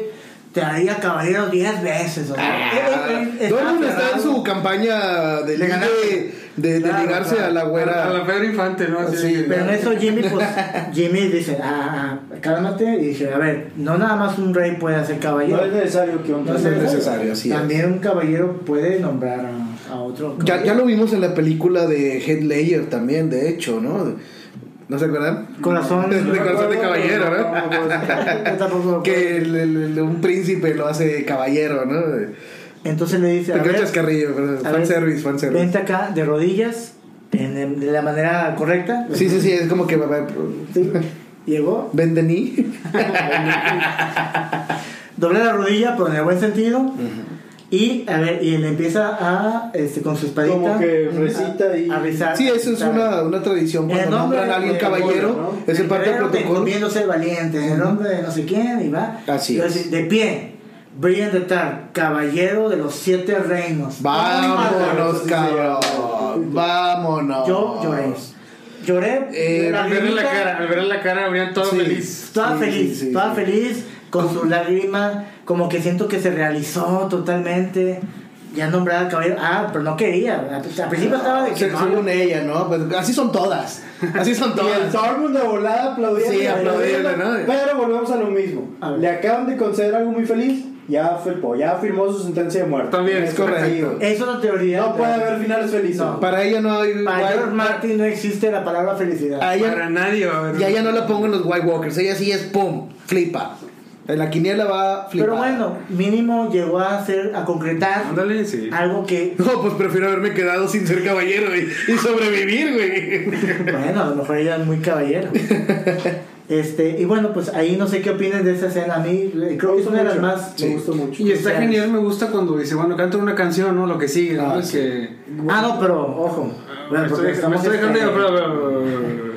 te haría caballero 10 veces. o sea, eh, eh, eh, Donald está está en aferrado. su campaña de Le ligue, ganaste. de, de Claro, ligarse claro. a la A güera. la Pedro Infante, ¿no? Así Sí, de- Pero en eso Jimmy, pues, Jimmy dice, ah, ah, cálmate. Y dice, a ver, no nada más un rey puede ser caballero. No es necesario que un No es sé, necesario, así es. También un caballero puede nombrar a, a otro. Ya, ya lo vimos en la película de Head Layer también, de hecho, ¿no? ¿No se acuerdan? Corazón. De corazón de caballero, ¿no? Yo tampoco me acuerdo. Que el- el- el- un príncipe lo hace caballero, ¿no? Entonces le dice, a Te ver, cachas carrillo, pero a ver, fanservice, fanservice. vente acá de rodillas, en- en- de la manera correcta. Sí, sí, sí, es como que Sí. Llegó, vende ni. doblé la rodilla, pero en el buen sentido. Y, a ver, y le empieza a, este, con su espadita. Como que recita y- a rezar. Sí, eso es a rezar. una, una tradición. Cuando El nombre nombran a alguien de- caballero, ¿no? es el parte del guerrero te protocolo. encomiendo ser valiente, en el nombre de no sé quién, y va. Así Y va a es. decir, De pie, Brian de Tar, caballero de los siete reinos. Vámonos, Sí, sí, cabrón. Vámonos. Yo lloré. Lloré. Eh, la Al verle la lagrimita, cara, al verle la cara, habrían todo Sí. feliz. Toda Sí, feliz, sí, sí, toda sí. feliz, con su lágrima, como que siento que se realizó totalmente. Ya nombrada caballero. Ah, pero no quería. Al principio estaba de que. Se- no, Según ella, ¿no? Pues, así son todas. Así son Y el todas. Dortmund de volada aplaudía. Sí, y aplaudía, aplaudía, ¿no? Pero volvemos a lo mismo. A ver. Le acaban de conceder algo muy feliz. Ya firmó, ya firmó su sentencia de muerte. Eh, También, es correcto. es otra teoría. No puede haber finales felices. No. Para ella no hay. Para white- George Martin no existe la palabra felicidad. a ella- Para nadie va a haber. y a ella no la pongo en los White Walkers. Ella sí es pum, flipa. En la quiniela va flipa. Pero bueno, mínimo llegó a hacer, a concretar Ándale, sí. algo que, No, pues prefiero haberme quedado sin ser caballero güey, y, sobrevivir, güey. bueno, a lo mejor ella es muy caballero. Este, y bueno, pues ahí no sé qué opinan de esa escena. A mí eh, creo que es una de las más. Me gustó mucho. Y está Sociales. genial, me gusta cuando dice, bueno, canta una canción, ¿no? Lo que sigue, ¿no? Ah, Es sí. que... Ah, no, pero ojo. Bueno, porque me Ah, estoy, me estamos, estoy dejando... este, pero- pero- pero-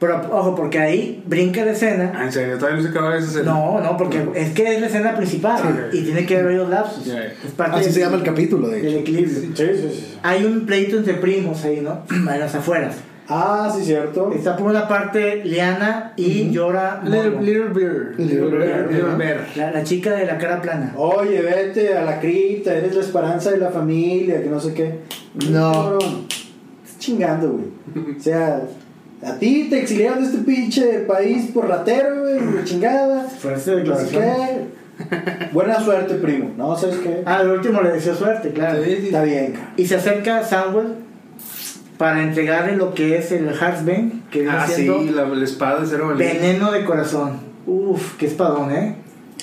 pero, ojo, porque ahí brinca la Ah, escena. en serio, todavía no se acaba esa escena. No, no, porque es que es la escena principal Sí. y tiene que haber varios lapsos. Ya, ya. Es parte Así del- se llama el capítulo, de del hecho. equilibrio. Sí, sí, sí. Hay un pleito entre primos ahí, ¿no? A las afueras. Ah, sí, cierto. Está por una parte Liana y llora Little, Momo. little Bear. Little Bear, Little ¿no? Bear. La, la chica de la cara plana. Oye, vete a la cripta, eres la esperanza de la familia, que no sé qué. No. Cabrón, Estás chingando, güey. O sea, a ti te exiliaron de este pinche país por ratero, güey, de chingada. Fuerte No sé qué. Buena suerte, primo. No, ¿sabes qué? Ah, el último le deseó suerte, Ah, claro. Sí, sí. Está bien, cabrón. Y se acerca Samuel para entregarle lo que es el Heartsbane, que viene Ah, sí, siendo la, la espada de cero valiente. veneno de corazón. Uf, qué espadón, ¿eh?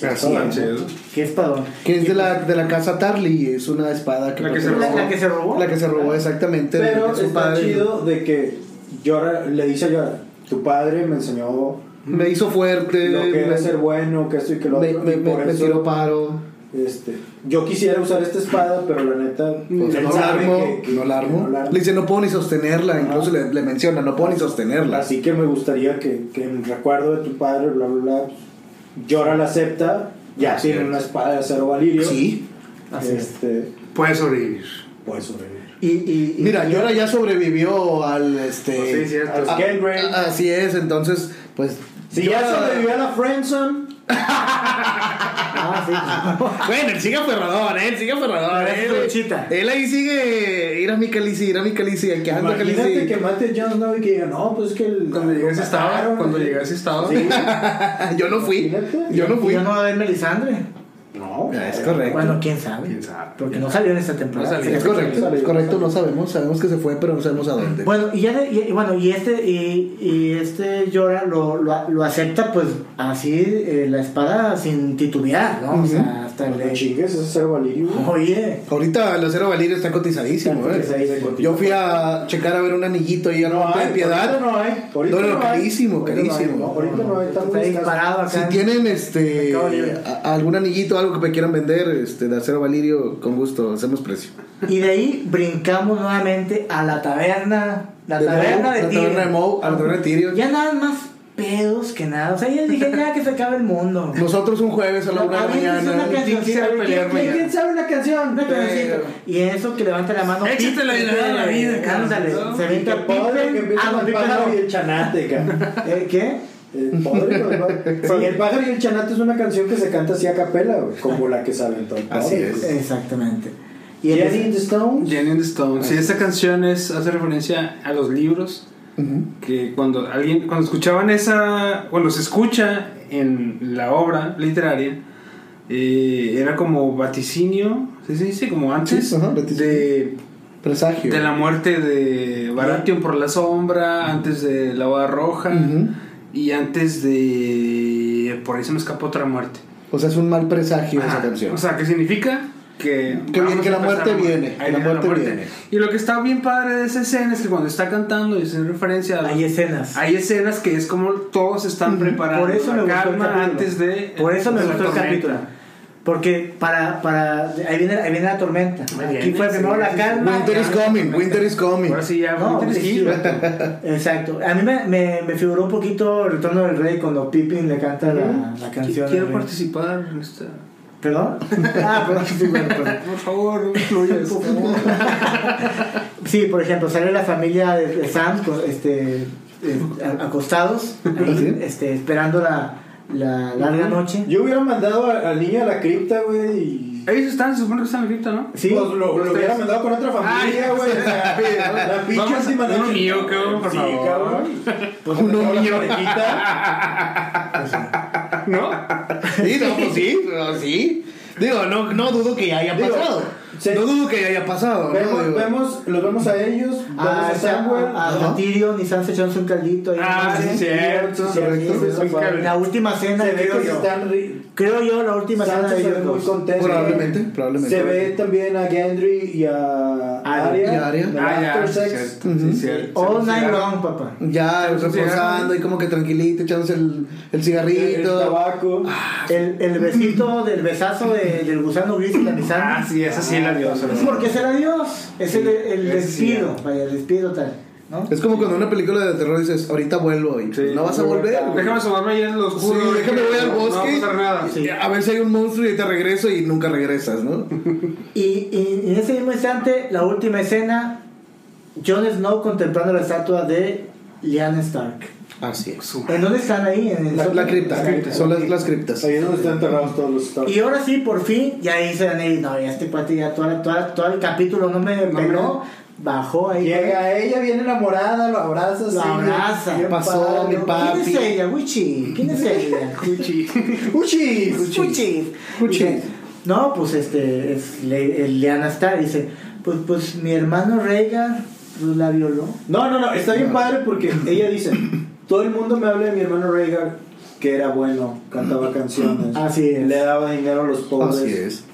Así Está es. chido. Qué espadón. Que es de la, de la casa Tarly, es una espada que La que se La, pertenece- la que se robó. la que se robó exactamente de- Pero de su está padre. chido de que Yora le dice a Yora, tu padre me enseñó Me hizo fuerte, lo que era Eh, me, ser bueno, que esto y que lo me- otro. me- y me- por me eso, tiró paro. este, yo quisiera usar esta espada, pero la neta Pues él no la sabe armo, que- que- no la que armo. no la armo. Le dice, no puedo ni sostenerla, incluso le, le menciona, no puedo ni sostenerla. Así que me gustaría que, que en recuerdo de tu padre, bla, bla, bla, Yora la acepta, ya Así tiene es. una espada de acero valirio. Sí. Así es. este, pues, Puede sobrevivir. puede sobrevivir. Y, y, y- Mira, Yora ya sobrevivió al este. Pues Sí, cierto. Al Skate Raid. a- así es, entonces, pues. Si ya Yora- sobrevivió a la Friendzone, Ah, sí. Bueno, él sigue aferrador, ¿eh? él sigue aferrador. Pero es Él, truchita. él ahí sigue. Ir a mi calici, ir a mi calici, aquí anda Imagínate calici. que mate a Jon Snow y que diga, no, pues es que el, Cuando llegué a ese estado, mataron". cuando llegué a ese estado. Sí. Yo no fui. Imagínate. Yo no Y fui. ya no va a haber Melisandre. No, Ah, es correcto. Bueno, quién sabe. Quién sabe. Porque no salió en esta temporada. No salió. Es correcto, es correcto, no sabemos. Sabemos que se fue, pero no sabemos a dónde. Bueno, y ya de- y, y bueno, y este y, y este llora lo, lo, lo acepta pues así eh, la espada sin titubear, ¿no? O sea, hasta No le chingues, ese es cero valirio. Oye, Ahorita el acero valirio está cotizadísimo, ¿eh? Yo fui a checar a ver un anillito ahí a la de piedad. ahorita no hay. No, no, no hay. carísimo, Ahorita no hay, carísimo. no, Ahorita no hay, está muy está ahí escaso. parado acá. Si tienen este Mercado Libre. a- algún anillito, algo que me quieran vender, este de acero valirio, con gusto, hacemos precio. Y de ahí brincamos nuevamente a la taberna, la De taberna Moe, de la Tyrion. taberna de Moe, a la taberna de Tyrion. Ya nada más pedos que nada. O sea, yo dije ya que se acabe el mundo. Nosotros un jueves a la una de la Aviéntense mañana. una canción, ¿Quién sabe ¿quién- pelear quién- mañana? quién sabe una canción? Una cancioncita. Pero- Y eso que levanta la mano. Este, eh, Échate la de la vida, la vida, cabrón. Ándale. ¿No? Se Y que avienta padre que Pippen. empieza Ah, no, con el Pippen pájaro no. y el chanate, cabrón. Eh, ¿Qué? El padre con el pájaro. Y el pájaro y el chanate es una canción que se canta así a capela, güey, como la que se aventó el Así padre. es. Exactamente. Y Jenny empieza- and the Stones. Jenny and the Stone. Sí, esta canción es, hace referencia a los libros. Que cuando alguien, cuando escuchaban esa, cuando se escucha en la obra literaria, eh, era como vaticinio, ¿sí se dice? Como antes Sí, ajá, vaticinio. de, Presagio. de la muerte de Baratheon por la sombra, antes de la boda roja Ujú. y antes de. Por ahí se me escapó otra muerte. O sea, es un mal presagio esa Ajá. canción. O sea, ¿qué significa? Que, Que vamos viene- que a la empezar muerte a morir. viene, Ahí que la muerte viene. Y lo que está bien padre de esa escena es que cuando está cantando y hace referencia a... Hay escenas. hay escenas que es como todos están preparando Por eso la me gustó el calma capítulo. antes de... Por eso me de la gustó el tormenta. capítulo. Porque para, para, ahí viene, ahí viene la tormenta. Ahí Aquí viene, fue sí, primero la sí, calma. Winter is coming, winter is coming. Ahora sí ya... No, Winter is sí, here. Exacto. A mí me, me, me figuró un poquito el retorno del rey cuando Pippin le canta la, la canción. Quiero del rey. participar en esta... ¿Perdón? Ah, perdón. Sí, bueno, perdón. Por favor, no me incluyas. Sí, por ejemplo, sale la familia de, de Sam con- este, eh, a- acostados, ahí, ¿Sí? este, esperando la, la larga noche. Yo hubiera mandado a- al niño a la cripta, güey. Y... Ellos están, se supone que están en Egipto, ¿no? Sí, Pues lo, lo ustedes. hubiera mandado con otra familia, Ay, güey. o sea, La pinche Vamos a- última uno noche. mío, cabrón, por Sí, favor. Ah, cabrón. Pues Uno uno mío. mío. Parejita, ¿No? Sí, no, pues sí, no, sí. Digo, no, no dudo que haya Digo, pasado. se- No dudo que haya pasado. ¿no? vemos, Digo, vemos- los vemos a ellos, vemos a, a Samuel. a, Ajá. a Tyrion y Sansa echándose un caldito. ahí en Ah, la sí, noche. cierto. Sí, correcto. sí, sí, sí. Un La última cena, Se ve creo que se yo. están ri- Creo yo, la última cena Sansa de se ve ellos muy dos. contento. Probablemente, probablemente. Se ve también a Gendry y a Arya. Arya. Y a Arya. en el Ah, ya, after sí, sex. cierto, sí, cierto. All night Sí, long, papá. Ya Echamos un cigarro. reposando y como que tranquilito, echándose el, el El cigarrito. tabaco. Ah, El, el besito del besazo de- del gusano gris y la misandra. Ah, sí, esa sí es la diosa. Es porque es el adiós. Es el, el Sí, es despido. cierto. Vaya, el despido tal. ¿no? Es como cuando en una película de terror dices, ahorita vuelvo y Sí. no vas a volver. güey. Déjame asomarme allá en lo Sí, oscuro. déjame voy al No, bosque No va a pasar nada. Sí. a ver si hay un monstruo y te regreso y nunca regresas, ¿no? Y, y- y en ese mismo instante, la última escena, Jon Snow contemplando la estatua de Lyanna Stark. Así es. ¿En dónde están ahí? En el La, la sótano. cripta, son las, las criptas. Ahí es donde están enterrados todos los Stark. Y ahora sí, por fin, ya dice Daenerys, no, ya este cuate ya toda, toda- todo el capítulo no me peló, bajó ahí. Llega ella bien enamorada, lo abraza. La así, abraza. bien Pasó, padre. mi pa- ¿Quién papi. es ella, Wichi? ¿Quién es ella? Cuchi. ¡Uchi! Wichi. Wichi. Dice, No, pues este, es Le- el Lyanna Stark, dice, pues, pues mi hermano Rhaegar pues, la violó. No, no, no, está bien padre porque ella dice: Todo el mundo me habla de mi hermano Rhaegar, que era bueno, cantaba canciones, Así es. le daba dinero a los pobres. Así es.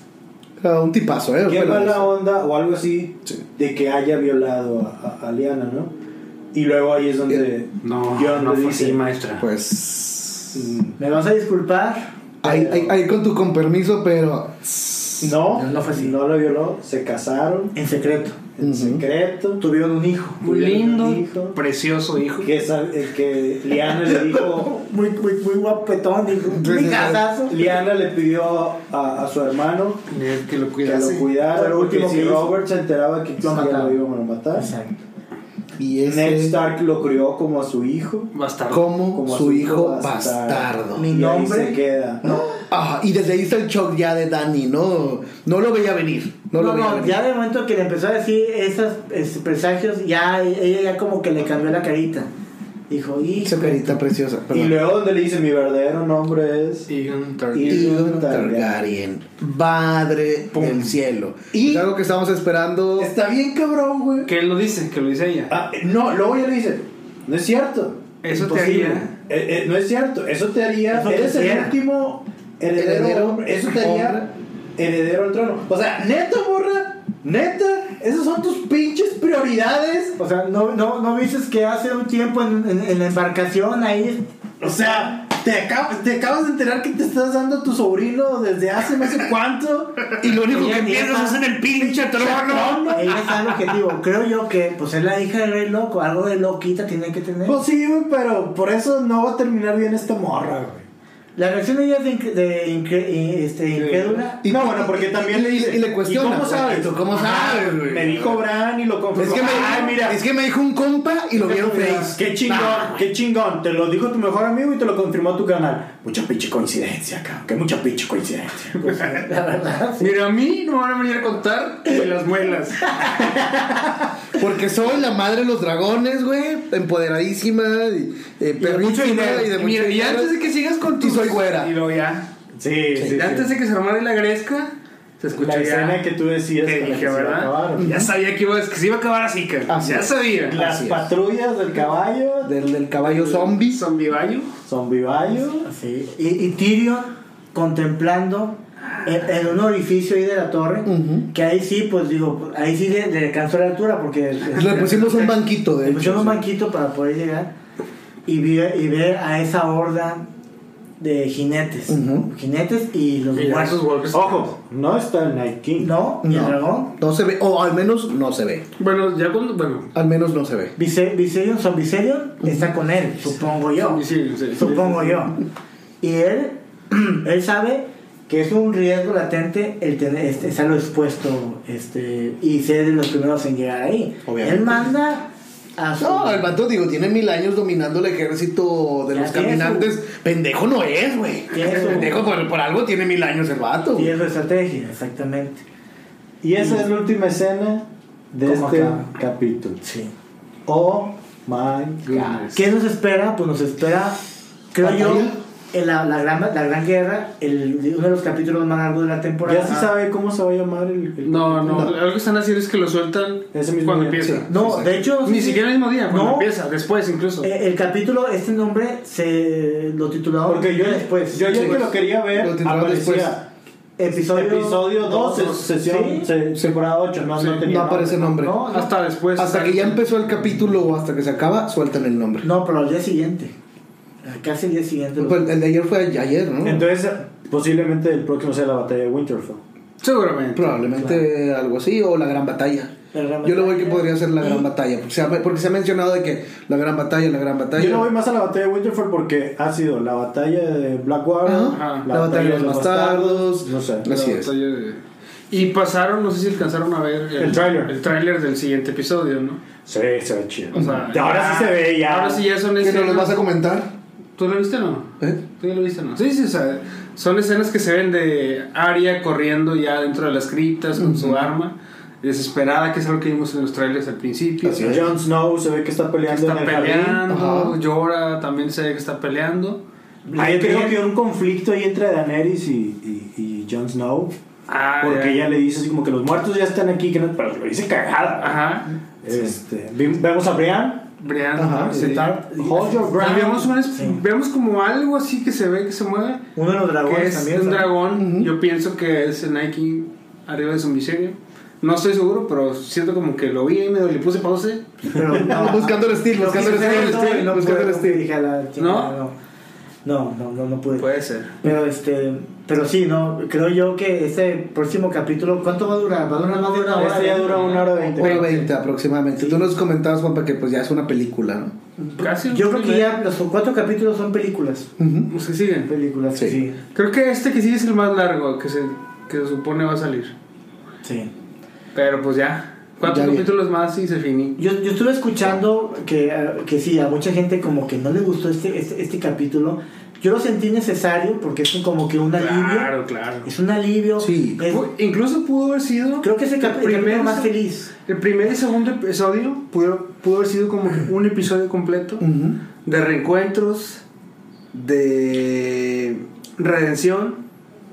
Ah, un tipazo, ¿eh? Qué Pero- mala onda o algo así Sí. de que haya violado a, a- a Liana, ¿no? Y luego ahí es donde Eh. No, Jon no le fue dice, así, maestra. Pues. "Mm, Me vas a disculpar, Ahí, ahí, ahí con tu con permiso, pero. No, No, no fue así. No lo violó, se casaron en secreto. en Ujú. secreto. Tuvieron un hijo. Muy Tuvieron lindo, un hijo. precioso hijo. Que, sa- eh, que Liana le dijo. Muy, muy, muy guapetón, dijo. sí, Un casazo. Liana le pidió a, a su hermano Tener Que lo que cuidase. lo cuidara. Fue lo porque último si que hizo. Robert se enteraba que Lo lo, mataba. lo iban a matar. Exacto. Y Ned ese. Stark lo crió como a su hijo. Bastardo. Como, Como a su hijo bastardo. bastardo. Mi y nombre. Ahí se queda. Ah, y desde ahí está el shock ya de Dani, ¿no? No lo veía venir. No, No, lo no, veía venir. ya de momento que le empezó a decir esos este, presagios, ya ella ya como que le cambió la carita. Dijo, hijo. Esa carita preciosa. Y perdón. luego donde le dice: Mi verdadero nombre es. Egan Y- Targaryen. Tyrion Targaryen. Targaryen, padre del cielo. Y- es algo que estamos esperando. Está bien, cabrón, güey. Que él lo dice, que lo dice ella. Ah, no, luego ya le dice, no es cierto. Eso te Imposible. haría- Eh, eh, no es cierto, eso te haría. Eso te eres el hiciera. último heredero. Heredero, hombre, eso te haría hombre. heredero al trono. O sea, neta, borra, neta, esas son tus pinches prioridades. O sea, no, no, no dices que hace un tiempo en, en- en la embarcación ahí. O sea, te, acab- te acabas de enterar que te estás dando a tu sobrino desde hace no sé cuánto. Y lo único Ella- que piensas es ella- en el pinche trono. Ella está el objetivo. Creo yo que, pues es la hija del rey loco, algo de loquita tiene que tener. Pues sí, güey, pero por eso no va a terminar bien esta morra, güey. La reacción de ella es de, incre- de incre- y- este, incrédula. Y- no, bueno, porque y- también y- le dice. y le cuestiona, ¿Y ¿Cómo sabes? Paquito? ¿Cómo sabes, güey? Me dijo Bran y lo confirmó. Es que, me, Ay, mira. es que me dijo un compa y lo vieron face. Qué chingón, qué chingón. Te lo dijo tu mejor amigo y te lo confirmó tu canal. Mucha pinche coincidencia, cabrón. Que mucha pinche coincidencia. La verdad, sí. Mira, a mí no me van a venir a contar de las muelas. Porque soy la madre de los dragones, güey. Empoderadísima, y, eh, perrísima y de mucho Mira, y dinero. antes de que sigas con Y tus... soy güera. Y luego ya. Sí, sí. Y sí. antes de que se armara la gresca, se escucha la escena ya... que tú decías que con la que dije, se iba a ¿verdad? acabar, Ya sabía que, iba, que se iba a acabar así, cabrón. Así Ya es. sabía. Las Así es. patrullas del caballo, Del, del caballo zombie. Zombivaño. zombivallo. Sí. Y, y Tyrion contemplando en, en un orificio ahí de la torre, Ujú. que ahí sí, pues digo, ahí sí le, le alcanzó la altura porque pues, Le pusimos un banquito, de le hecho. pusieron un banquito para poder llegar y ver, y ver a esa horda de jinetes, Ujú. jinetes y los muertos. walkers. Ojo, no está el Night King. No, y el dragón. no se ve, o al menos no se ve. Bueno, ya cuando... Bueno, Al menos no se ve. Vise- Viserion, Son Viserion está con él, supongo yo. sí, sí. Supongo yo. Y él, él sabe que es un riesgo latente el tener, este, estarlo expuesto este, y ser de los primeros en llegar ahí. Obviamente. Él manda a su... No, el vato, digo, tiene mil años dominando el ejército de Ya los tiene caminantes. Pendejo no es, güey. Tiene su- Pendejo, por, por algo tiene mil años el vato. Y güey. es su estrategia, exactamente. Y esa es la última escena de ¿Cómo este acaba? capítulo. Sí. Oh my god. ¿Qué nos espera? Pues nos espera, creo ¿Batalla? yo, en la, la gran, la gran guerra, el, uno de los capítulos más largos de la temporada. Ya se sabe cómo se va a llamar el. el- No, no, No. algo que están haciendo es que lo sueltan Ese mismo cuando día, empieza. No, de hecho... Ni sí, sí. siquiera el mismo día, cuando No. empieza, después incluso. Eh, el capítulo, este nombre, se lo titularon Porque yo después. Yo ayer que Después. lo quería ver, Lo tendrá aparecía episodio, episodio 2, dos, sesión, ¿sí? se- temporada 8. No, Sí. no tenía No aparece nombre. No, no. hasta después. Hasta que ya empezó el capítulo o hasta que se acaba, sueltan el nombre. No, pero al día siguiente. Ah, Casi al día siguiente. lo- Pues el de ayer fue ayer, ¿no? Entonces, posiblemente el próximo sea la batalla de Winterfell. Seguramente. Probablemente algo así, o la gran batalla. La gran Yo le voy que batalla. podría ser la gran Y- batalla, porque se, ha, porque se ha mencionado de que la gran batalla, la gran batalla. Yo le voy más a la batalla de Winterfell porque ha sido la batalla de Blackwater, Ajá. La batalla de los bastardos. no sé. Así La es. batalla de- Y pasaron, no sé si alcanzaron a ver El tráiler. el tráiler del siguiente episodio, ¿no? Sí, se ve chido. O sea, ahora ya- sí se ve ya. Ahora sí ya son ¿Que no escenas. les vas a comentar? ¿Tú lo viste o no? ¿Eh? ¿Tú ya lo viste o no? Sí, sí, o sea, son escenas que se ven de Arya corriendo ya dentro de las criptas con su arma, desesperada, que es algo que vimos en los trailers al principio. Así es. Jon Snow se ve que está Que peleando está en el jardín. peleando, Ajá. llora, también se ve que está peleando. Ahí Blackbeard- creo que un conflicto ahí entre Daenerys y, y, y Jon Snow. Ah, Porque ya. ella le dice así como que los muertos ya están aquí, que no- pero lo dice cagada. Ajá. Este, vi- vemos a Brian. Brian. Ajá, sí. gritar, Hold your Ah, ground. Vemos, una- Sí. vemos como algo así que se ve que se mueve. Uno de los dragones que es también. un ¿sabes? dragón. Ujú. Yo pienso que es el Nike arriba de su miseria. No estoy seguro, pero siento como que lo vi y me le puse pause. Pero no. Buscando el estilo, buscando el Sí, estilo, no, estilo, no buscando pude, el no pude, estilo. dije a la chica, ¿No? Pues. No, no, no, no, no pude. Puede ser. Pero este, pero sí, no, creo yo que este próximo capítulo, ¿cuánto va a durar? Va a durar más de una hora. Este ya ¿no? dura una hora veinte. Hora 20 aproximadamente. Tú nos comentabas, Juanpa, que pues ya es una película, ¿no? Casi Yo creo que ya los cuatro capítulos son películas. Ujú. Los que siguen. Películas, Sí. sí. Creo que este que sigue es el más largo que se, que se supone va a salir. Sí. Pero pues ya. Cuatro Ya bien. capítulos más y se finí. Yo, yo estuve escuchando que, eh, que sí, a mucha gente como que no le gustó este, este, este capítulo. Yo lo sentí necesario porque es un- como que un alivio. Claro, claro. Es un alivio. Sí. Es- Pu- Incluso pudo haber sido. creo que es el, cap- el capítulo más feliz. El primer y segundo episodio pudo, pudo haber sido como que un episodio completo Ujú. de reencuentros, de redención,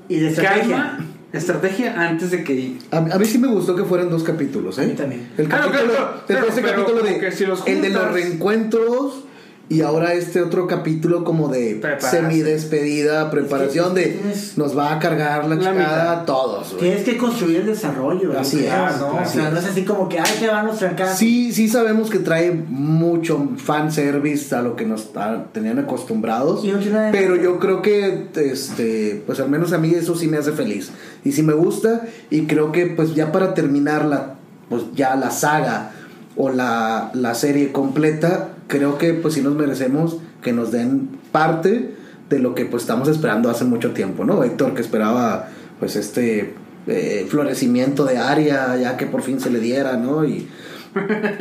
Y de estrategia. calma, estrategia antes de que A, a mí sí me gustó que fueran dos capítulos, ¿eh? A mí también. El Ah, Claro, capítulo, claro, el- claro, ese pero capítulo como de, que si los el de los juntas- reencuentros y ahora este otro capítulo como de Prepararse. semi despedida, preparación de tienes- nos va a cargar la, La chingada mitad. a todos. güey. Tienes que construir el desarrollo. Así yo creo, es, ¿no? así o sea, no es así como que, ay, te van los trancazos. Sí, sí sabemos que trae mucho fan service a lo que nos a- tenían acostumbrados. Y no tiene nada de Pero malo. yo creo que, este, pues al menos a mí eso sí me hace feliz. Y sí me gusta. Y creo que, pues ya para terminar la, pues ya la saga o la, la serie completa, creo que, pues sí nos merecemos que nos den parte de lo que pues estamos esperando hace mucho tiempo, ¿no? Héctor que esperaba pues este eh, florecimiento de área ya que por fin se le diera, ¿no? Y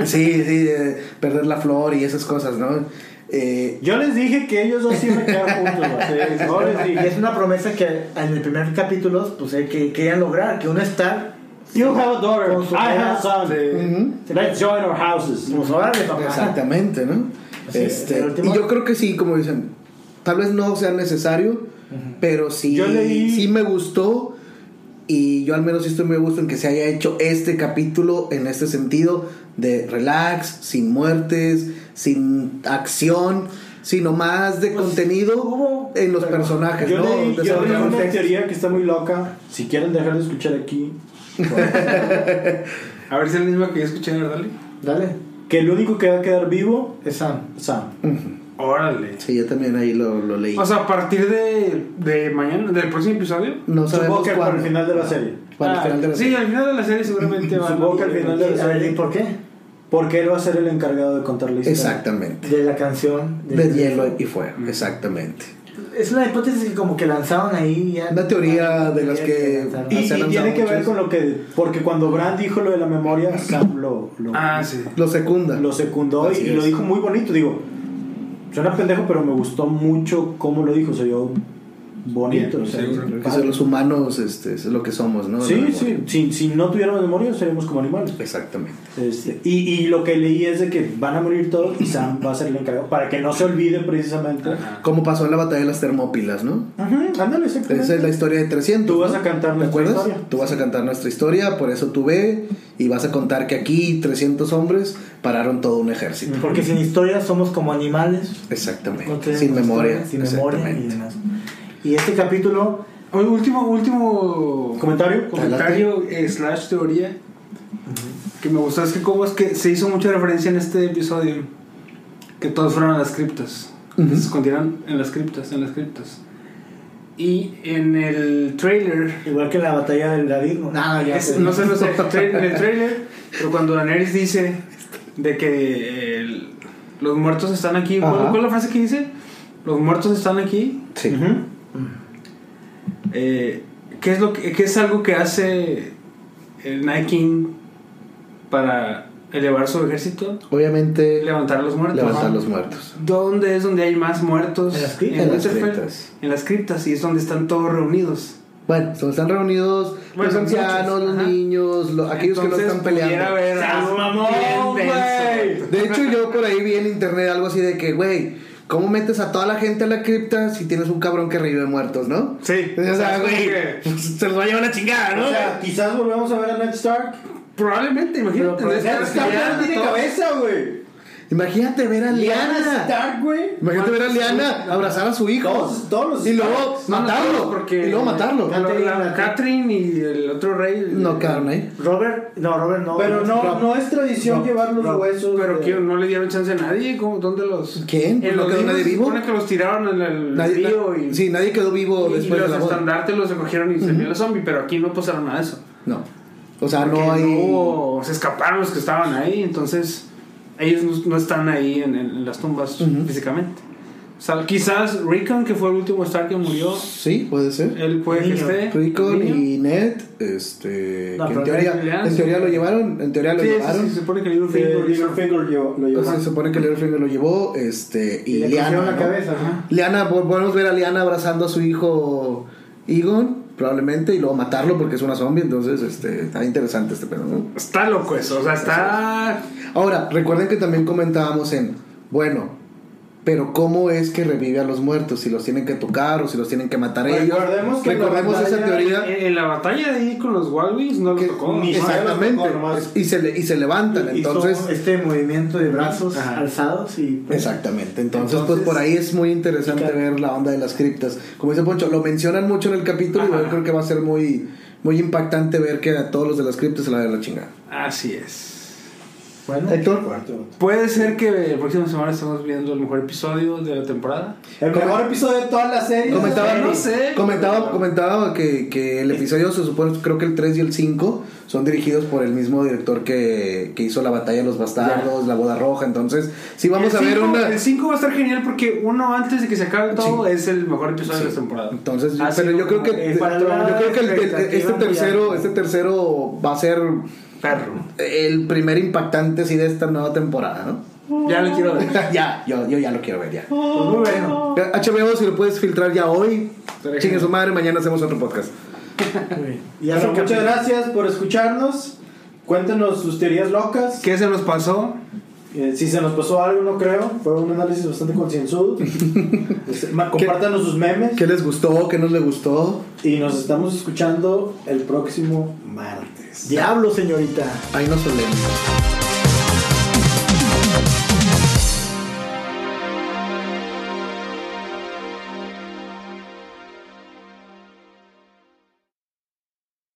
sí, sí, eh, perder la flor y esas cosas, ¿no? Eh, Yo les dije que ellos dos sí me quedan juntos, güey. Sí, yo les Y dije. es una promesa que en el primer capítulo pues, eh, que querían lograr, que uno está... You have a daughter, Con su I have a edad. son. ujú. Let's join our houses. Pues órale, papá. Exactamente, ¿no? Así es, Este, el último- y yo creo que sí, como dicen, tal vez no sea necesario, pero sí, Yo leí- sí me gustó y yo al menos sí estoy muy a gusto en que se haya hecho este capítulo en este sentido de relax, sin muertes, sin acción, sino más de contenido hubo, en los pero personajes, Yo ¿no? leí, yo leí Desarrollaron una textos. teoría que está muy loca. Si quieren dejar de escuchar aquí, A ver si es la misma que yo escuché, ¿verdad? Lee? Dale, que el único que va a quedar vivo es Sam. es Sam. Órale. Sí, yo también ahí lo, lo leí. O sea, a partir de, de mañana, del próximo episodio. Supongo no sabemos que para cuándo. el final de la serie. Para el Ah, final de la sí, serie. al final de la serie seguramente va Supongo que al final de la A ver, ¿y serie. por qué? Porque él va a ser el encargado de contar la historia. Exactamente. De la canción. de- De hielo y fuego, exactamente. Es una hipótesis que como que lanzaron ahí. ya- Una teoría de las que- lanzaron. Y, Ah, se y han tiene lanzado que ver muchos. con lo que. Porque cuando Bran dijo lo de la memoria, Sam lo, lo, Ah, sí. Lo secunda. lo secundó y, Así y lo es. dijo muy bonito. Digo, suena pendejo, pero me gustó mucho cómo lo dijo. Se oyó bonito. Bien, o sea, seguro. padre. Que son los humanos, este, es lo que somos, ¿no? La Sí, memoria. sí. Si, si no tuviéramos memoria, seríamos como animales. Exactamente. Este, y, y lo que leí es de que van a morir todos y Sam va a ser el encargado para que no se olvide precisamente. Ajá. Como pasó en la batalla de las Termópilas, ¿no? Ujú, ándale, exactamente. Esa es la historia de 300. Tú vas ¿no? a cantar ¿Te nuestra acuerdas? historia. Tú vas a cantar nuestra historia, por eso tú ve y vas a contar que aquí 300 hombres pararon todo un ejército. Porque sin historia somos como animales. no Exactamente. tenemos Sin memoria. historia, sin memoria y Exactamente. demás. Y este capítulo, Oye, último, último ¿Comentario? comentario eh, slash teoría que me gustó es que cómo es que se hizo mucha referencia en este episodio que todos fueron a las criptas. Ujú. Se escondieron en las criptas, en las criptas. Y en el trailer igual que la batalla del David, nada, ya. Es- no sé, no sé, tra- en el trailer, pero cuando Daenerys dice de que el- los muertos están aquí, ¿cuál, Ajá. cuál es la frase que dice? Los muertos están aquí. Sí. eh, ¿qué, es lo que, qué es algo que hace el Night King para elevar su ejército? Obviamente, Levantar a los muertos. levantar Ajá. los muertos. ¿Dónde es donde hay más muertos? En las cri- en las Winterfell? criptas. En las criptas, y es donde están todos reunidos. Bueno, so- están reunidos Bueno, los muchos, ancianos, los ajá. niños, lo- aquellos que no Entonces, están peleando. pudiera haber algo bien denso. De hecho, yo por ahí vi en internet algo así de que, güey, ¿cómo metes a toda la gente a la cripta si tienes un cabrón que revive muertos, no? Sí. O sea, ¿Sabes güey, cómo pues, se los va a llevar la chingada, ¿no? O sea, quizás volvemos a ver a Ned Stark. que? Probablemente, imagínate. Pero- de estar Stark ya no tiene todo- cabeza, güey. Imagínate ver a Liana Liana. Stark, güey. Imagínate ver a Liana abrazar a su hijo. Todos, todos los Y luego No, no, matarlo. porque Y luego matarlo. la- la- la- Catherine y el otro rey. eh, No, carne. Robert, no, Robert no. Pero no, Rob. no es tradición No, llevar los no, huesos. Pero de- que no le dieron chance a nadie. ¿Cómo, ¿Dónde los.? ¿Quién? Pues En ¿No los quedó libros nadie se vivo? supone que los tiraron en el Nadie, río na- y. sí, nadie quedó vivo y después de los la boda. estandartes los recogieron y se vio la zombie, pero aquí no pasaron nada de eso. No. O sea, Porque Ah, no hay. hubo- se escaparon los que estaban ahí, entonces ellos no, no están ahí en, en las tumbas Ujú. físicamente. O sea, quizás Rickon, que fue el último Stark que murió, Sí, puede ser. él puede Niño. que esté. Rickon ¿Eh? niño. y Ned, este, No, que en pero Ned le teoría, hace. en teoría lo llevaron, en teoría lo Sí, sí, llevaron. sí, se supone que Littlefinger hizo- Littlefinger lo, lo llevó. O sea, se supone que Littlefinger lo llevó, este, y, Y le Liana. pusieron la ¿no? cabeza, Ajá. Liana, vol- volvemos a ver a Liana abrazando a su hijo Egon, probablemente, y luego matarlo porque es una zombie, entonces, este, está interesante este pedo, ¿no? Está loco eso, o sea, está. Ahora, recuerden que también comentábamos en, bueno, pero ¿cómo es que revive a los muertos? Si los tienen que tocar o si los tienen que matar ellos. Recordemos que en la Recordemos esa batalla- teoría. Eh, En en la batalla de ahí con los Walwings no lo que- tocó. ni- exactamente. Tocó nomás. y, se le- y se levantan, Hizo entonces. este movimiento de brazos Ajá. alzados y pues, Exactamente, entonces, Entonces, pues por ahí es muy interesante claro. ver la onda de las criptas. Como dice Poncho, lo mencionan mucho en el capítulo Ajá. y yo creo que va a ser muy, muy impactante ver que a todos los de las criptas se la de la chingada. Así es. Bueno, Héctor, Cuarto. Puede ser que la próxima semana estemos viendo el mejor episodio de la temporada. El mejor episodio de toda la serie. Comentaba, Eh, No sé. comentaba, comentaba que, que el episodio se supone, creo que el 3 y el 5 son dirigidos por el mismo director que, que hizo La Batalla de los Bastardos, La Boda Roja. Entonces, sí, vamos Y a el ver cinco- una. El 5 va a estar genial porque uno antes de que se acabe todo es el mejor episodio Sí. de la temporada. Entonces, Ha pero sido yo creo como que, eh, para yo la creo que el- el- este expectativa muy tercero, alta. este tercero va a ser Perro. el primer impactante sí, de esta nueva temporada, ¿no? Ya lo quiero ver. ya, yo, yo ya lo quiero ver ya. pues muy bueno. HBO si lo puedes filtrar ya hoy. Chingue Estaría genial. su madre, mañana hacemos otro podcast. Y ya Bueno, se muchas acabó. gracias por escucharnos. Cuéntenos sus teorías locas. ¿Qué se nos pasó? Eh, si se nos pasó algo, no creo. Fue un análisis bastante concienzudo. Este, ma- Compártanos sus memes. ¿Qué les gustó? ¿Qué no les gustó? Y nos estamos escuchando el próximo martes. Diablo, señorita. Ahí nos solemos.